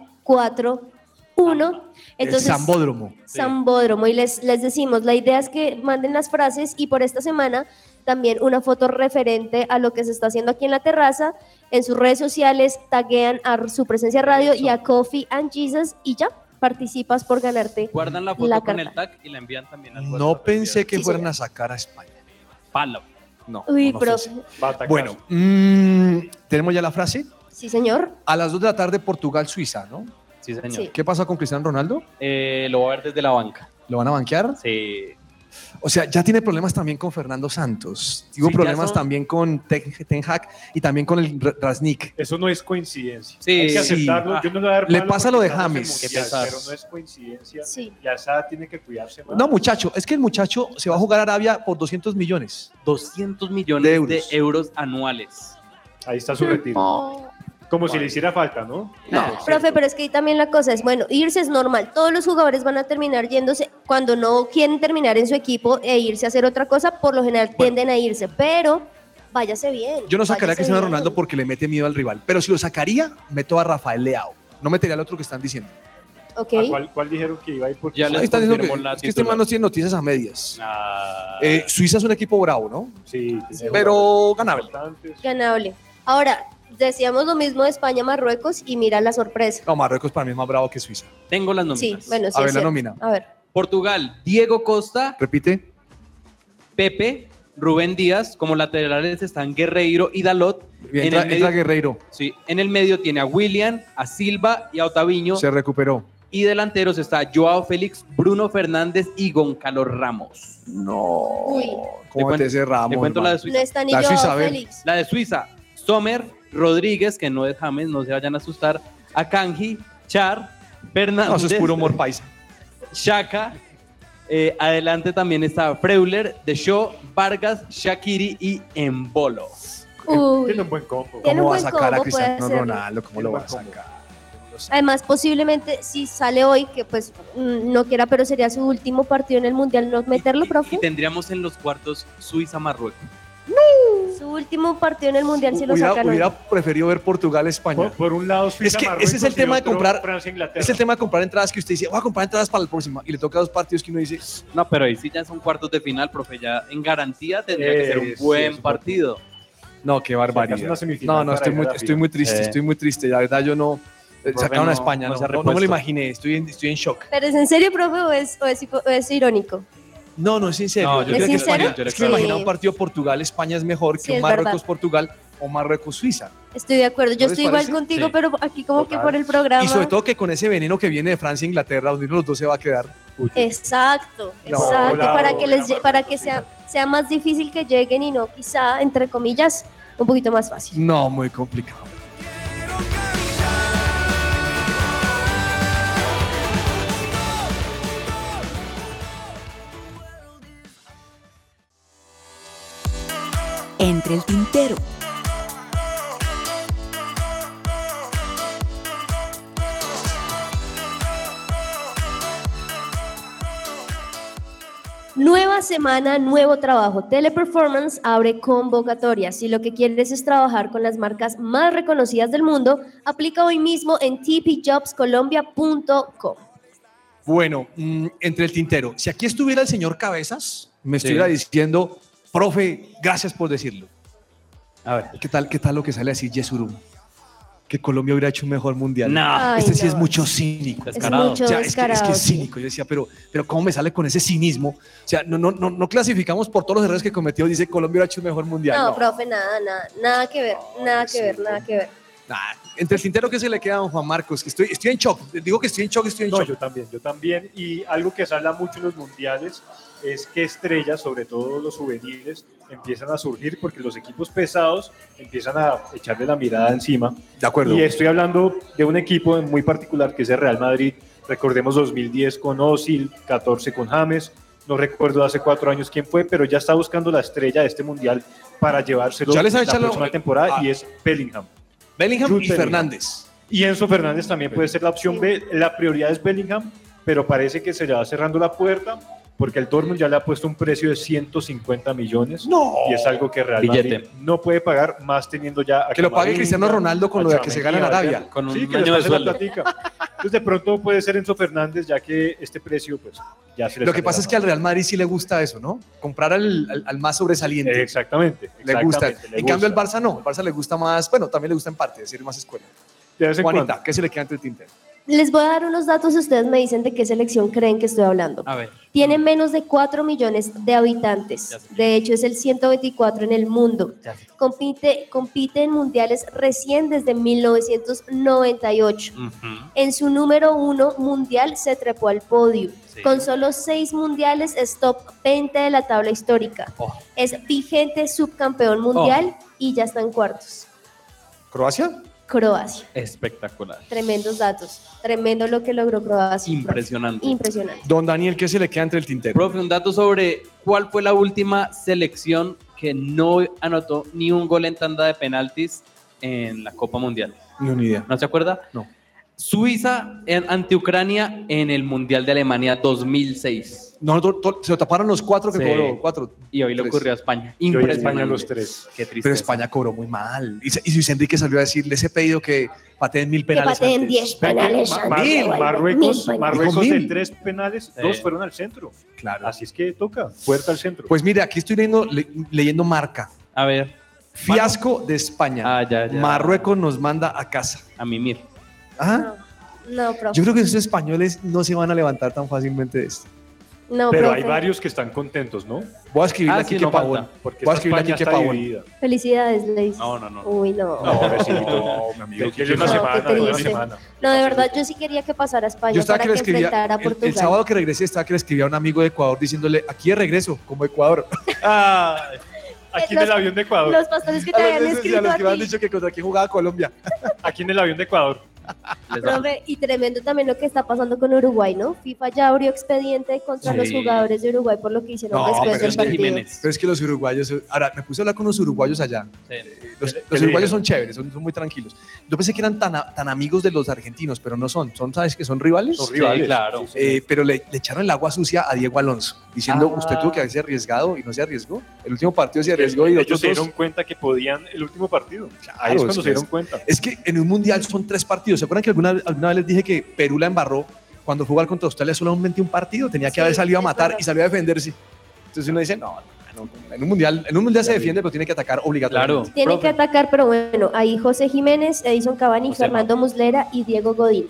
[SPEAKER 2] 4-1. Entonces,
[SPEAKER 1] el Zambódromo.
[SPEAKER 2] Sambódromo. Y les, les decimos, la idea es que manden las frases y por esta semana también una foto referente a lo que se está haciendo aquí en la terraza. En sus redes sociales taguean a su presencia radio y a Coffee and Jesus y ya participas por ganarte.
[SPEAKER 4] Guardan la foto
[SPEAKER 2] La
[SPEAKER 4] con el
[SPEAKER 2] carta.
[SPEAKER 4] tag y la envían también al
[SPEAKER 1] No pensé que
[SPEAKER 2] Sí,
[SPEAKER 1] fueran a sacar a España.
[SPEAKER 4] Palo.
[SPEAKER 1] No.
[SPEAKER 2] Uy,
[SPEAKER 1] no fue
[SPEAKER 2] profe.
[SPEAKER 1] así. Bueno, mm, tenemos ya la frase.
[SPEAKER 2] Sí, señor.
[SPEAKER 1] A las 2 de la tarde, Portugal-Suiza, ¿no?
[SPEAKER 4] Sí, señor.
[SPEAKER 2] Sí.
[SPEAKER 1] ¿Qué pasa con Cristiano Ronaldo?
[SPEAKER 4] Eh, lo voy a ver desde la banca.
[SPEAKER 1] ¿Lo van a banquear?
[SPEAKER 4] Sí.
[SPEAKER 1] O sea, ya tiene problemas también con Fernando Santos. Tuvo
[SPEAKER 4] Sí, ya
[SPEAKER 1] problemas
[SPEAKER 4] son-
[SPEAKER 1] también con Ten, Ten Hag y también con el R- Rasnik.
[SPEAKER 3] Eso no es coincidencia.
[SPEAKER 4] Sí.
[SPEAKER 3] Hay que
[SPEAKER 1] Sí.
[SPEAKER 3] aceptarlo. Yo no le voy a dar
[SPEAKER 1] Le
[SPEAKER 3] palo
[SPEAKER 1] pasa lo
[SPEAKER 3] porque
[SPEAKER 1] de
[SPEAKER 3] estamos en
[SPEAKER 1] James.
[SPEAKER 3] mundial,
[SPEAKER 4] Qué pesar.
[SPEAKER 3] Pero no es coincidencia.
[SPEAKER 2] Sí.
[SPEAKER 3] Y Asada tiene que cuidarse más.
[SPEAKER 1] No, muchacho, es que el muchacho se va a jugar a Arabia por 200 millones.
[SPEAKER 4] 200 millones de
[SPEAKER 1] De
[SPEAKER 4] euros,
[SPEAKER 1] euros.
[SPEAKER 4] anuales.
[SPEAKER 3] Ahí está su retiro. Como si le hiciera falta, ¿no?
[SPEAKER 2] No, profe, pero es que ahí también la cosa es, bueno, irse es normal. Todos los jugadores van a terminar yéndose cuando no quieren terminar en su equipo e irse a hacer otra cosa, por lo general tienden a irse, pero váyase bien.
[SPEAKER 1] Yo no sacaría a
[SPEAKER 2] váyase
[SPEAKER 1] Cristiano
[SPEAKER 2] bien.
[SPEAKER 1] Ronaldo porque le mete miedo al rival, pero si lo sacaría, meto a Rafael Leao. No metería al otro que están diciendo.
[SPEAKER 2] Ok.
[SPEAKER 3] ¿A cuál, cuál dijeron que iba a ir por
[SPEAKER 4] Ya
[SPEAKER 1] Ahí
[SPEAKER 4] les
[SPEAKER 1] están diciendo
[SPEAKER 4] confirmó
[SPEAKER 1] que,
[SPEAKER 4] la
[SPEAKER 1] es que este
[SPEAKER 4] titular.
[SPEAKER 1] man no tiene noticias a medias.
[SPEAKER 4] Ah,
[SPEAKER 1] Eh, Suiza es un equipo bravo, ¿no?
[SPEAKER 3] Sí, tiene
[SPEAKER 1] Pero ganable.
[SPEAKER 3] importantes.
[SPEAKER 2] Ganable. Ahora, decíamos lo mismo de España, Marruecos y mira la sorpresa.
[SPEAKER 1] No, Marruecos para mí es más bravo que Suiza.
[SPEAKER 4] tengo las nóminas.
[SPEAKER 2] Sí, bueno, sí.
[SPEAKER 1] a ver
[SPEAKER 2] es
[SPEAKER 1] la
[SPEAKER 2] cierto.
[SPEAKER 1] nómina.
[SPEAKER 2] A ver.
[SPEAKER 4] Portugal, Diego Costa,
[SPEAKER 1] Repite.
[SPEAKER 4] Pepe, Rubén Díaz, como laterales están Guerreiro y Dalot.
[SPEAKER 1] Bien,
[SPEAKER 4] en,
[SPEAKER 1] entra,
[SPEAKER 4] el
[SPEAKER 1] entra
[SPEAKER 4] medio,
[SPEAKER 1] Guerreiro.
[SPEAKER 4] sí, en el medio tiene a William, a Silva y a Otaviño.
[SPEAKER 1] Se recuperó.
[SPEAKER 4] Y delanteros está Joao Félix, Bruno Fernández y Goncalo Ramos.
[SPEAKER 1] No.
[SPEAKER 2] Uy.
[SPEAKER 1] ¿Cómo
[SPEAKER 4] cuento-
[SPEAKER 1] te cerramos?
[SPEAKER 4] Te cuento la de
[SPEAKER 1] hermano?
[SPEAKER 2] No
[SPEAKER 4] Suiza.
[SPEAKER 2] está ni
[SPEAKER 1] La
[SPEAKER 2] yo,
[SPEAKER 1] Suiza, a ver.
[SPEAKER 2] Félix.
[SPEAKER 4] La de Suiza, Sommer, Rodríguez, que no es James, no se vayan a asustar, Akanji, Char,
[SPEAKER 1] No,
[SPEAKER 4] Fernández,
[SPEAKER 1] eso es puro humor paisa.
[SPEAKER 4] Shaka. eh, adelante también está Freuler, De Shaw, Vargas, Shakiri y Embolo.
[SPEAKER 3] Tiene
[SPEAKER 2] Uy.
[SPEAKER 3] un buen combo.
[SPEAKER 1] ¿Cómo
[SPEAKER 2] Tiene un
[SPEAKER 1] va a
[SPEAKER 2] buen
[SPEAKER 1] sacar a
[SPEAKER 2] combo,
[SPEAKER 1] Cristiano
[SPEAKER 2] puede ser.
[SPEAKER 1] Ronaldo? ¿Cómo lo va a
[SPEAKER 3] Tiene buen
[SPEAKER 1] sacar?
[SPEAKER 2] Además, posiblemente si sale hoy, que pues mm, no quiera, pero sería su último partido en el Mundial, no meterlo,
[SPEAKER 4] Y- Y
[SPEAKER 2] profe.
[SPEAKER 4] tendríamos en los cuartos Suiza-Marruecos.
[SPEAKER 2] Su último partido en el Mundial si lo
[SPEAKER 1] Hubiera,
[SPEAKER 2] sacan hoy.
[SPEAKER 1] hubiera preferido ver
[SPEAKER 3] Por,
[SPEAKER 1] Portugal-España.
[SPEAKER 3] por un lado,
[SPEAKER 1] Es que ese es el tema de comprar-
[SPEAKER 3] Francia, Inglaterra.
[SPEAKER 1] Es el tema de comprar entradas que usted dice, voy a comprar entradas para la próxima. Y le toca dos partidos que uno dice,
[SPEAKER 4] No, pero ahí sí ya son cuartos de final, profe. Ya en garantía tendría que ser
[SPEAKER 3] Eh,
[SPEAKER 4] un
[SPEAKER 3] sí,
[SPEAKER 4] buen
[SPEAKER 3] sí,
[SPEAKER 4] partido.
[SPEAKER 1] no, qué
[SPEAKER 3] Si acaso una
[SPEAKER 1] barbaridad.
[SPEAKER 3] semifinal
[SPEAKER 1] No, no,
[SPEAKER 3] para
[SPEAKER 1] estoy
[SPEAKER 3] llegar
[SPEAKER 1] muy,
[SPEAKER 3] a la
[SPEAKER 1] estoy
[SPEAKER 3] final.
[SPEAKER 1] muy triste,
[SPEAKER 4] Eh.
[SPEAKER 1] estoy muy triste. La verdad, yo no. eh,
[SPEAKER 4] profe
[SPEAKER 1] Sacaron
[SPEAKER 4] no-
[SPEAKER 1] a España,
[SPEAKER 4] no
[SPEAKER 1] no,
[SPEAKER 4] se ha
[SPEAKER 1] no- no me
[SPEAKER 4] repuesto.
[SPEAKER 1] lo imaginé, estoy en, estoy en shock.
[SPEAKER 2] Pero es en serio, profe, o es, o es, hipo- o es irónico.
[SPEAKER 1] No, no, es en serio.
[SPEAKER 4] No,
[SPEAKER 1] yo
[SPEAKER 2] ¿Es
[SPEAKER 1] creo que
[SPEAKER 2] en serio?
[SPEAKER 1] España, es que me
[SPEAKER 2] Sí.
[SPEAKER 1] imagino un partido Portugal-España es mejor
[SPEAKER 2] Sí,
[SPEAKER 1] que un
[SPEAKER 2] es verdad.
[SPEAKER 1] Marruecos-Portugal o Marruecos-Suiza.
[SPEAKER 2] Estoy de acuerdo.
[SPEAKER 1] ¿No
[SPEAKER 2] Yo
[SPEAKER 1] les
[SPEAKER 2] estoy igual
[SPEAKER 1] parece?
[SPEAKER 2] contigo,
[SPEAKER 4] Sí.
[SPEAKER 2] pero aquí como que por el programa.
[SPEAKER 1] Y sobre todo que con ese veneno que viene de Francia e Inglaterra, donde uno de los dos se va a quedar.
[SPEAKER 2] Exacto,
[SPEAKER 1] No,
[SPEAKER 2] exacto,
[SPEAKER 3] hola,
[SPEAKER 2] para que
[SPEAKER 3] hola,
[SPEAKER 2] les lle-
[SPEAKER 3] Marta,
[SPEAKER 2] para que
[SPEAKER 3] sí.
[SPEAKER 2] sea sea más difícil que lleguen y no quizá entre comillas un poquito más fácil.
[SPEAKER 1] No, muy complicado.
[SPEAKER 11] Entre el tintero.
[SPEAKER 2] Nueva semana, nuevo trabajo. Teleperformance abre convocatorias. Si lo que quieres es trabajar con las marcas más reconocidas del mundo, aplica hoy mismo en tpjobscolombia.com.
[SPEAKER 1] Bueno, mm, entre el tintero, si aquí estuviera el señor Cabezas, me
[SPEAKER 10] Sí.
[SPEAKER 1] estuviera diciendo, profe, gracias por decirlo. A ver, ¿qué tal, qué tal lo que sale así Yesurum? Que Colombia hubiera hecho un mejor mundial.
[SPEAKER 4] No.
[SPEAKER 2] Ah.
[SPEAKER 4] Ay,
[SPEAKER 1] este sí
[SPEAKER 4] no.
[SPEAKER 1] es mucho cínico.
[SPEAKER 4] Descarado.
[SPEAKER 1] O sea, es, que, es que
[SPEAKER 4] descarado,
[SPEAKER 1] es
[SPEAKER 4] sí.
[SPEAKER 1] cínico. Yo decía, pero, pero ¿cómo me sale con ese cinismo? O sea, no, no, no, no clasificamos por todos los errores que cometió. Dice Colombia hubiera hecho un mejor mundial.
[SPEAKER 2] No,
[SPEAKER 1] No.
[SPEAKER 2] profe, nada, nada, nada que ver, nada que ver, nada que ver.
[SPEAKER 1] Nah, Ah, entre el tintero que se le queda a don Juan Marcos, que estoy, estoy en shock. Digo que estoy en shock, estoy en
[SPEAKER 3] No,
[SPEAKER 1] shock.
[SPEAKER 3] yo también, yo también. Y algo que se habla mucho en los mundiales es que estrellas, sobre todo los juveniles, empiezan a surgir porque los equipos pesados empiezan a echarle la mirada encima.
[SPEAKER 1] De acuerdo.
[SPEAKER 3] Y estoy hablando de un equipo en muy particular que es el Real Madrid. Recordemos 2010 con Özil, 14 con James. No recuerdo hace cuatro años quién fue, pero ya está buscando la estrella de este mundial para llevárselo
[SPEAKER 1] Ya les han
[SPEAKER 3] la
[SPEAKER 1] echado-
[SPEAKER 3] próxima temporada
[SPEAKER 1] Ah.
[SPEAKER 3] y es Bellingham.
[SPEAKER 1] Bellingham
[SPEAKER 3] Jude
[SPEAKER 1] y Fernández.
[SPEAKER 3] Y Enzo Fernández también puede ser la opción B. La prioridad es Bellingham, pero parece que se le va cerrando la puerta porque el Dortmund ya le ha puesto un precio de 150 millones.
[SPEAKER 1] No.
[SPEAKER 3] Y es algo que Real Madrid
[SPEAKER 4] Billete.
[SPEAKER 3] no puede pagar más teniendo ya a
[SPEAKER 1] Que lo pague
[SPEAKER 3] Camavinga,
[SPEAKER 1] Cristiano Ronaldo con
[SPEAKER 3] a
[SPEAKER 1] lo de que se gana en
[SPEAKER 3] Tchouaméni, a
[SPEAKER 1] Arabia.
[SPEAKER 3] Alba.
[SPEAKER 4] Con un
[SPEAKER 3] sí, que les
[SPEAKER 4] año de
[SPEAKER 3] pase la
[SPEAKER 4] sueldo.
[SPEAKER 3] platica. Entonces de pronto puede ser Enzo Fernández ya que este precio pues ya se le
[SPEAKER 1] Lo
[SPEAKER 3] está
[SPEAKER 1] que pasa es que al Real Madrid sí le gusta eso, ¿no? Comprar al, al- al más sobresaliente.
[SPEAKER 3] Exactamente.
[SPEAKER 1] Le gusta.
[SPEAKER 3] exactamente, le
[SPEAKER 1] en cambio, al
[SPEAKER 3] gusta.
[SPEAKER 1] Barça no. Al Barça le gusta más, bueno, también le gusta en parte, es decir, más escuela.
[SPEAKER 3] De vez en
[SPEAKER 1] Juanita,
[SPEAKER 3] cuando.
[SPEAKER 1] ¿qué se le queda entre el tintero?
[SPEAKER 2] Les voy a dar unos datos y ustedes me dicen de qué selección creen que estoy hablando.
[SPEAKER 1] A ver.
[SPEAKER 2] Tiene menos de 4 millones de habitantes. De hecho, es el 124 en el mundo. Compite, compite en mundiales recién desde 1998.
[SPEAKER 4] Mm.
[SPEAKER 2] En su número uno mundial se trepó al podio.
[SPEAKER 13] Sí.
[SPEAKER 2] Con solo seis mundiales es top 20 de la tabla histórica. Es vigente subcampeón mundial y ya está en cuartos.
[SPEAKER 1] ¿Croacia?
[SPEAKER 2] Croacia.
[SPEAKER 4] Espectacular.
[SPEAKER 2] Tremendos datos. Tremendo lo que logró Croacia.
[SPEAKER 4] Impresionante.
[SPEAKER 2] Impresionante.
[SPEAKER 1] Don Daniel, ¿qué se le queda entre el tintero?
[SPEAKER 4] Profe, un dato sobre cuál fue la última selección que no anotó ni un gol en tanda de penaltis en la Copa Mundial.
[SPEAKER 1] No, ni idea.
[SPEAKER 4] ¿No se acuerda?
[SPEAKER 1] No.
[SPEAKER 4] Suiza en- ante Ucrania en el Mundial de Alemania 2006.
[SPEAKER 1] No, to- to- se lo taparon los cuatro que
[SPEAKER 4] Sí.
[SPEAKER 1] cobró. Cuatro.
[SPEAKER 4] Y hoy le
[SPEAKER 1] Tres.
[SPEAKER 4] ocurrió a España.
[SPEAKER 1] Y hoy España
[SPEAKER 4] Impresionante.
[SPEAKER 1] los tres.
[SPEAKER 4] Qué triste.
[SPEAKER 1] Pero España cobró muy mal. Y, se- y Luis Enrique salió a decir, les he pedido que pateen mil penales.
[SPEAKER 2] pateen
[SPEAKER 1] antes.
[SPEAKER 2] 10 penales
[SPEAKER 3] Ma-
[SPEAKER 2] antes,
[SPEAKER 3] Mar-
[SPEAKER 1] Mil.
[SPEAKER 3] Marruecos,
[SPEAKER 1] Mil.
[SPEAKER 3] Marruecos
[SPEAKER 1] Dijo
[SPEAKER 3] de
[SPEAKER 1] mil.
[SPEAKER 3] tres penales,
[SPEAKER 1] Sí.
[SPEAKER 3] dos fueron al centro.
[SPEAKER 1] Claro.
[SPEAKER 3] Así es que toca, puerta al centro.
[SPEAKER 1] Pues mire, aquí estoy leyendo, le- leyendo marca.
[SPEAKER 4] A ver. Ah,
[SPEAKER 1] Fiasco de España.
[SPEAKER 3] Ah,
[SPEAKER 4] ya.
[SPEAKER 1] Marruecos nos manda a casa.
[SPEAKER 4] A mimir.
[SPEAKER 1] Ajá.
[SPEAKER 2] No, profe.
[SPEAKER 1] Yo creo que esos españoles no se van a levantar tan fácilmente de esto.
[SPEAKER 2] No,
[SPEAKER 3] Pero hay
[SPEAKER 2] profe.
[SPEAKER 3] varios que están contentos, ¿no?
[SPEAKER 1] Voy a escribir
[SPEAKER 3] Ah,
[SPEAKER 1] aquí
[SPEAKER 3] sí,
[SPEAKER 1] que
[SPEAKER 3] no
[SPEAKER 1] Pavón.
[SPEAKER 3] falta, porque
[SPEAKER 1] Voy a
[SPEAKER 3] esta
[SPEAKER 1] escribir aquí
[SPEAKER 3] España
[SPEAKER 1] que
[SPEAKER 3] está
[SPEAKER 1] Pavón.
[SPEAKER 3] dividida.
[SPEAKER 2] Felicidades, le dices.
[SPEAKER 4] No, no, no.
[SPEAKER 2] Uy, no.
[SPEAKER 3] No, pobrecito. Denle una
[SPEAKER 2] No,
[SPEAKER 3] semana,
[SPEAKER 2] qué
[SPEAKER 3] denle una
[SPEAKER 2] triste.
[SPEAKER 3] semana.
[SPEAKER 2] No, de verdad, yo sí quería que pasara a España
[SPEAKER 1] Yo estaba
[SPEAKER 2] para
[SPEAKER 1] que
[SPEAKER 2] que,
[SPEAKER 1] le escribía.
[SPEAKER 2] enfrentara a
[SPEAKER 1] El,
[SPEAKER 2] Portugal.
[SPEAKER 1] el sábado que regresé, estaba que le escribía a un amigo de Ecuador diciéndole: aquí de regreso, como Ecuador.
[SPEAKER 3] Ay, Ah, aquí en
[SPEAKER 2] Eh, Los-
[SPEAKER 3] el avión de Ecuador.
[SPEAKER 2] Los pastores que te
[SPEAKER 1] A los
[SPEAKER 2] habían
[SPEAKER 1] de esos y a
[SPEAKER 2] escrito
[SPEAKER 1] los
[SPEAKER 2] a
[SPEAKER 1] que me han
[SPEAKER 2] ti.
[SPEAKER 1] dicho que contra quién jugaba Colombia.
[SPEAKER 3] Aquí en el avión de Ecuador.
[SPEAKER 2] Profe, y tremendo también lo que está pasando con Uruguay, ¿no? FIFA ya abrió expediente contra
[SPEAKER 1] Sí.
[SPEAKER 2] los jugadores de Uruguay por lo que hicieron
[SPEAKER 1] No,
[SPEAKER 2] después
[SPEAKER 1] pero
[SPEAKER 2] del
[SPEAKER 1] es, que,
[SPEAKER 2] partido.
[SPEAKER 1] pero es que los uruguayos. Ahora, me puse a hablar con unos uruguayos allá. Eh, Los,
[SPEAKER 3] ¿Qué
[SPEAKER 1] los
[SPEAKER 3] le
[SPEAKER 1] uruguayos
[SPEAKER 3] dijeron?
[SPEAKER 1] son chéveres, son, son muy tranquilos. Yo pensé que eran tan, a- tan amigos de los argentinos, pero no son. Son, ¿sabes que son rivales?
[SPEAKER 3] Son rivales, Sí, claro. sí, sí.
[SPEAKER 1] Eh, pero le, le echaron el agua sucia a Diego Alonso, diciendo,
[SPEAKER 3] Ah.
[SPEAKER 1] usted tuvo que haberse arriesgado y no se arriesgó. El último partido se arriesgó y los
[SPEAKER 3] Ellos
[SPEAKER 1] otros
[SPEAKER 3] se
[SPEAKER 1] dos-
[SPEAKER 3] dieron cuenta que podían el último partido. Ahí
[SPEAKER 1] Claro,
[SPEAKER 3] es
[SPEAKER 1] es
[SPEAKER 3] cuando
[SPEAKER 1] que
[SPEAKER 3] se dieron
[SPEAKER 1] es-
[SPEAKER 3] cuenta.
[SPEAKER 1] Es que en un mundial son tres partidos. ¿Se acuerdan que alguna, alguna vez les dije que Perú la embarró cuando jugó contra Australia solamente un partido? Tenía que haber salido a matar y salió a defenderse. Entonces uno dice, no, no, no, en un mundial, en un mundial se defiende, pero tiene que atacar obligatoriamente.
[SPEAKER 2] Tienen que atacar, pero bueno, ahí José Jiménez, Edison Cavani, Fernando Muslera y Diego Godín.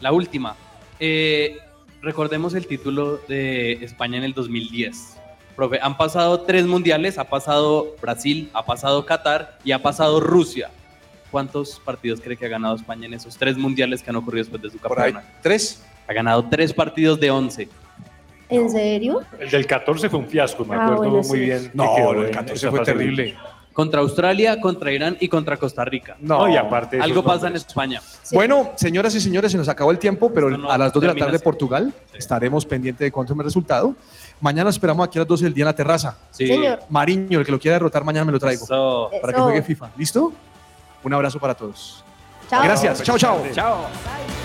[SPEAKER 4] La última. Eh, recordemos el título de España en el 2010. Profe, han pasado tres mundiales, ha pasado Brasil, ha pasado Qatar y ha pasado Rusia. ¿Cuántos partidos cree que ha ganado España en esos tres mundiales que han ocurrido después de su campeonato?
[SPEAKER 1] ¿Tres?
[SPEAKER 4] Ha ganado tres partidos de once.
[SPEAKER 2] ¿En serio?
[SPEAKER 3] El del 14 fue un fiasco, me
[SPEAKER 2] Ah,
[SPEAKER 3] acuerdo
[SPEAKER 2] bueno, sí.
[SPEAKER 3] muy bien.
[SPEAKER 1] No,
[SPEAKER 3] que quedó
[SPEAKER 1] el
[SPEAKER 3] en
[SPEAKER 1] 14
[SPEAKER 3] esa
[SPEAKER 1] fue
[SPEAKER 3] fase
[SPEAKER 1] terrible.
[SPEAKER 3] de-
[SPEAKER 4] Contra Australia, contra Irán y contra Costa Rica.
[SPEAKER 1] No, y aparte esos
[SPEAKER 4] Algo pasa en
[SPEAKER 1] nombres.
[SPEAKER 4] España.
[SPEAKER 1] Bueno, señoras y señores, se nos acabó el tiempo, pero a las 2 de la
[SPEAKER 4] termina
[SPEAKER 1] tarde
[SPEAKER 4] así.
[SPEAKER 1] Portugal estaremos pendiente de cuánto me resultado. Mañana esperamos aquí a las 12 del día en la terraza.
[SPEAKER 4] Sí. Señor.
[SPEAKER 1] Mariño, el que lo quiera derrotar mañana me lo traigo.
[SPEAKER 4] Eso.
[SPEAKER 1] Para que
[SPEAKER 4] Eso.
[SPEAKER 1] juegue FIFA. ¿Listo? Un abrazo para todos.
[SPEAKER 4] Chao.
[SPEAKER 1] Gracias. Chao, chao.
[SPEAKER 4] Chao.
[SPEAKER 14] Bye.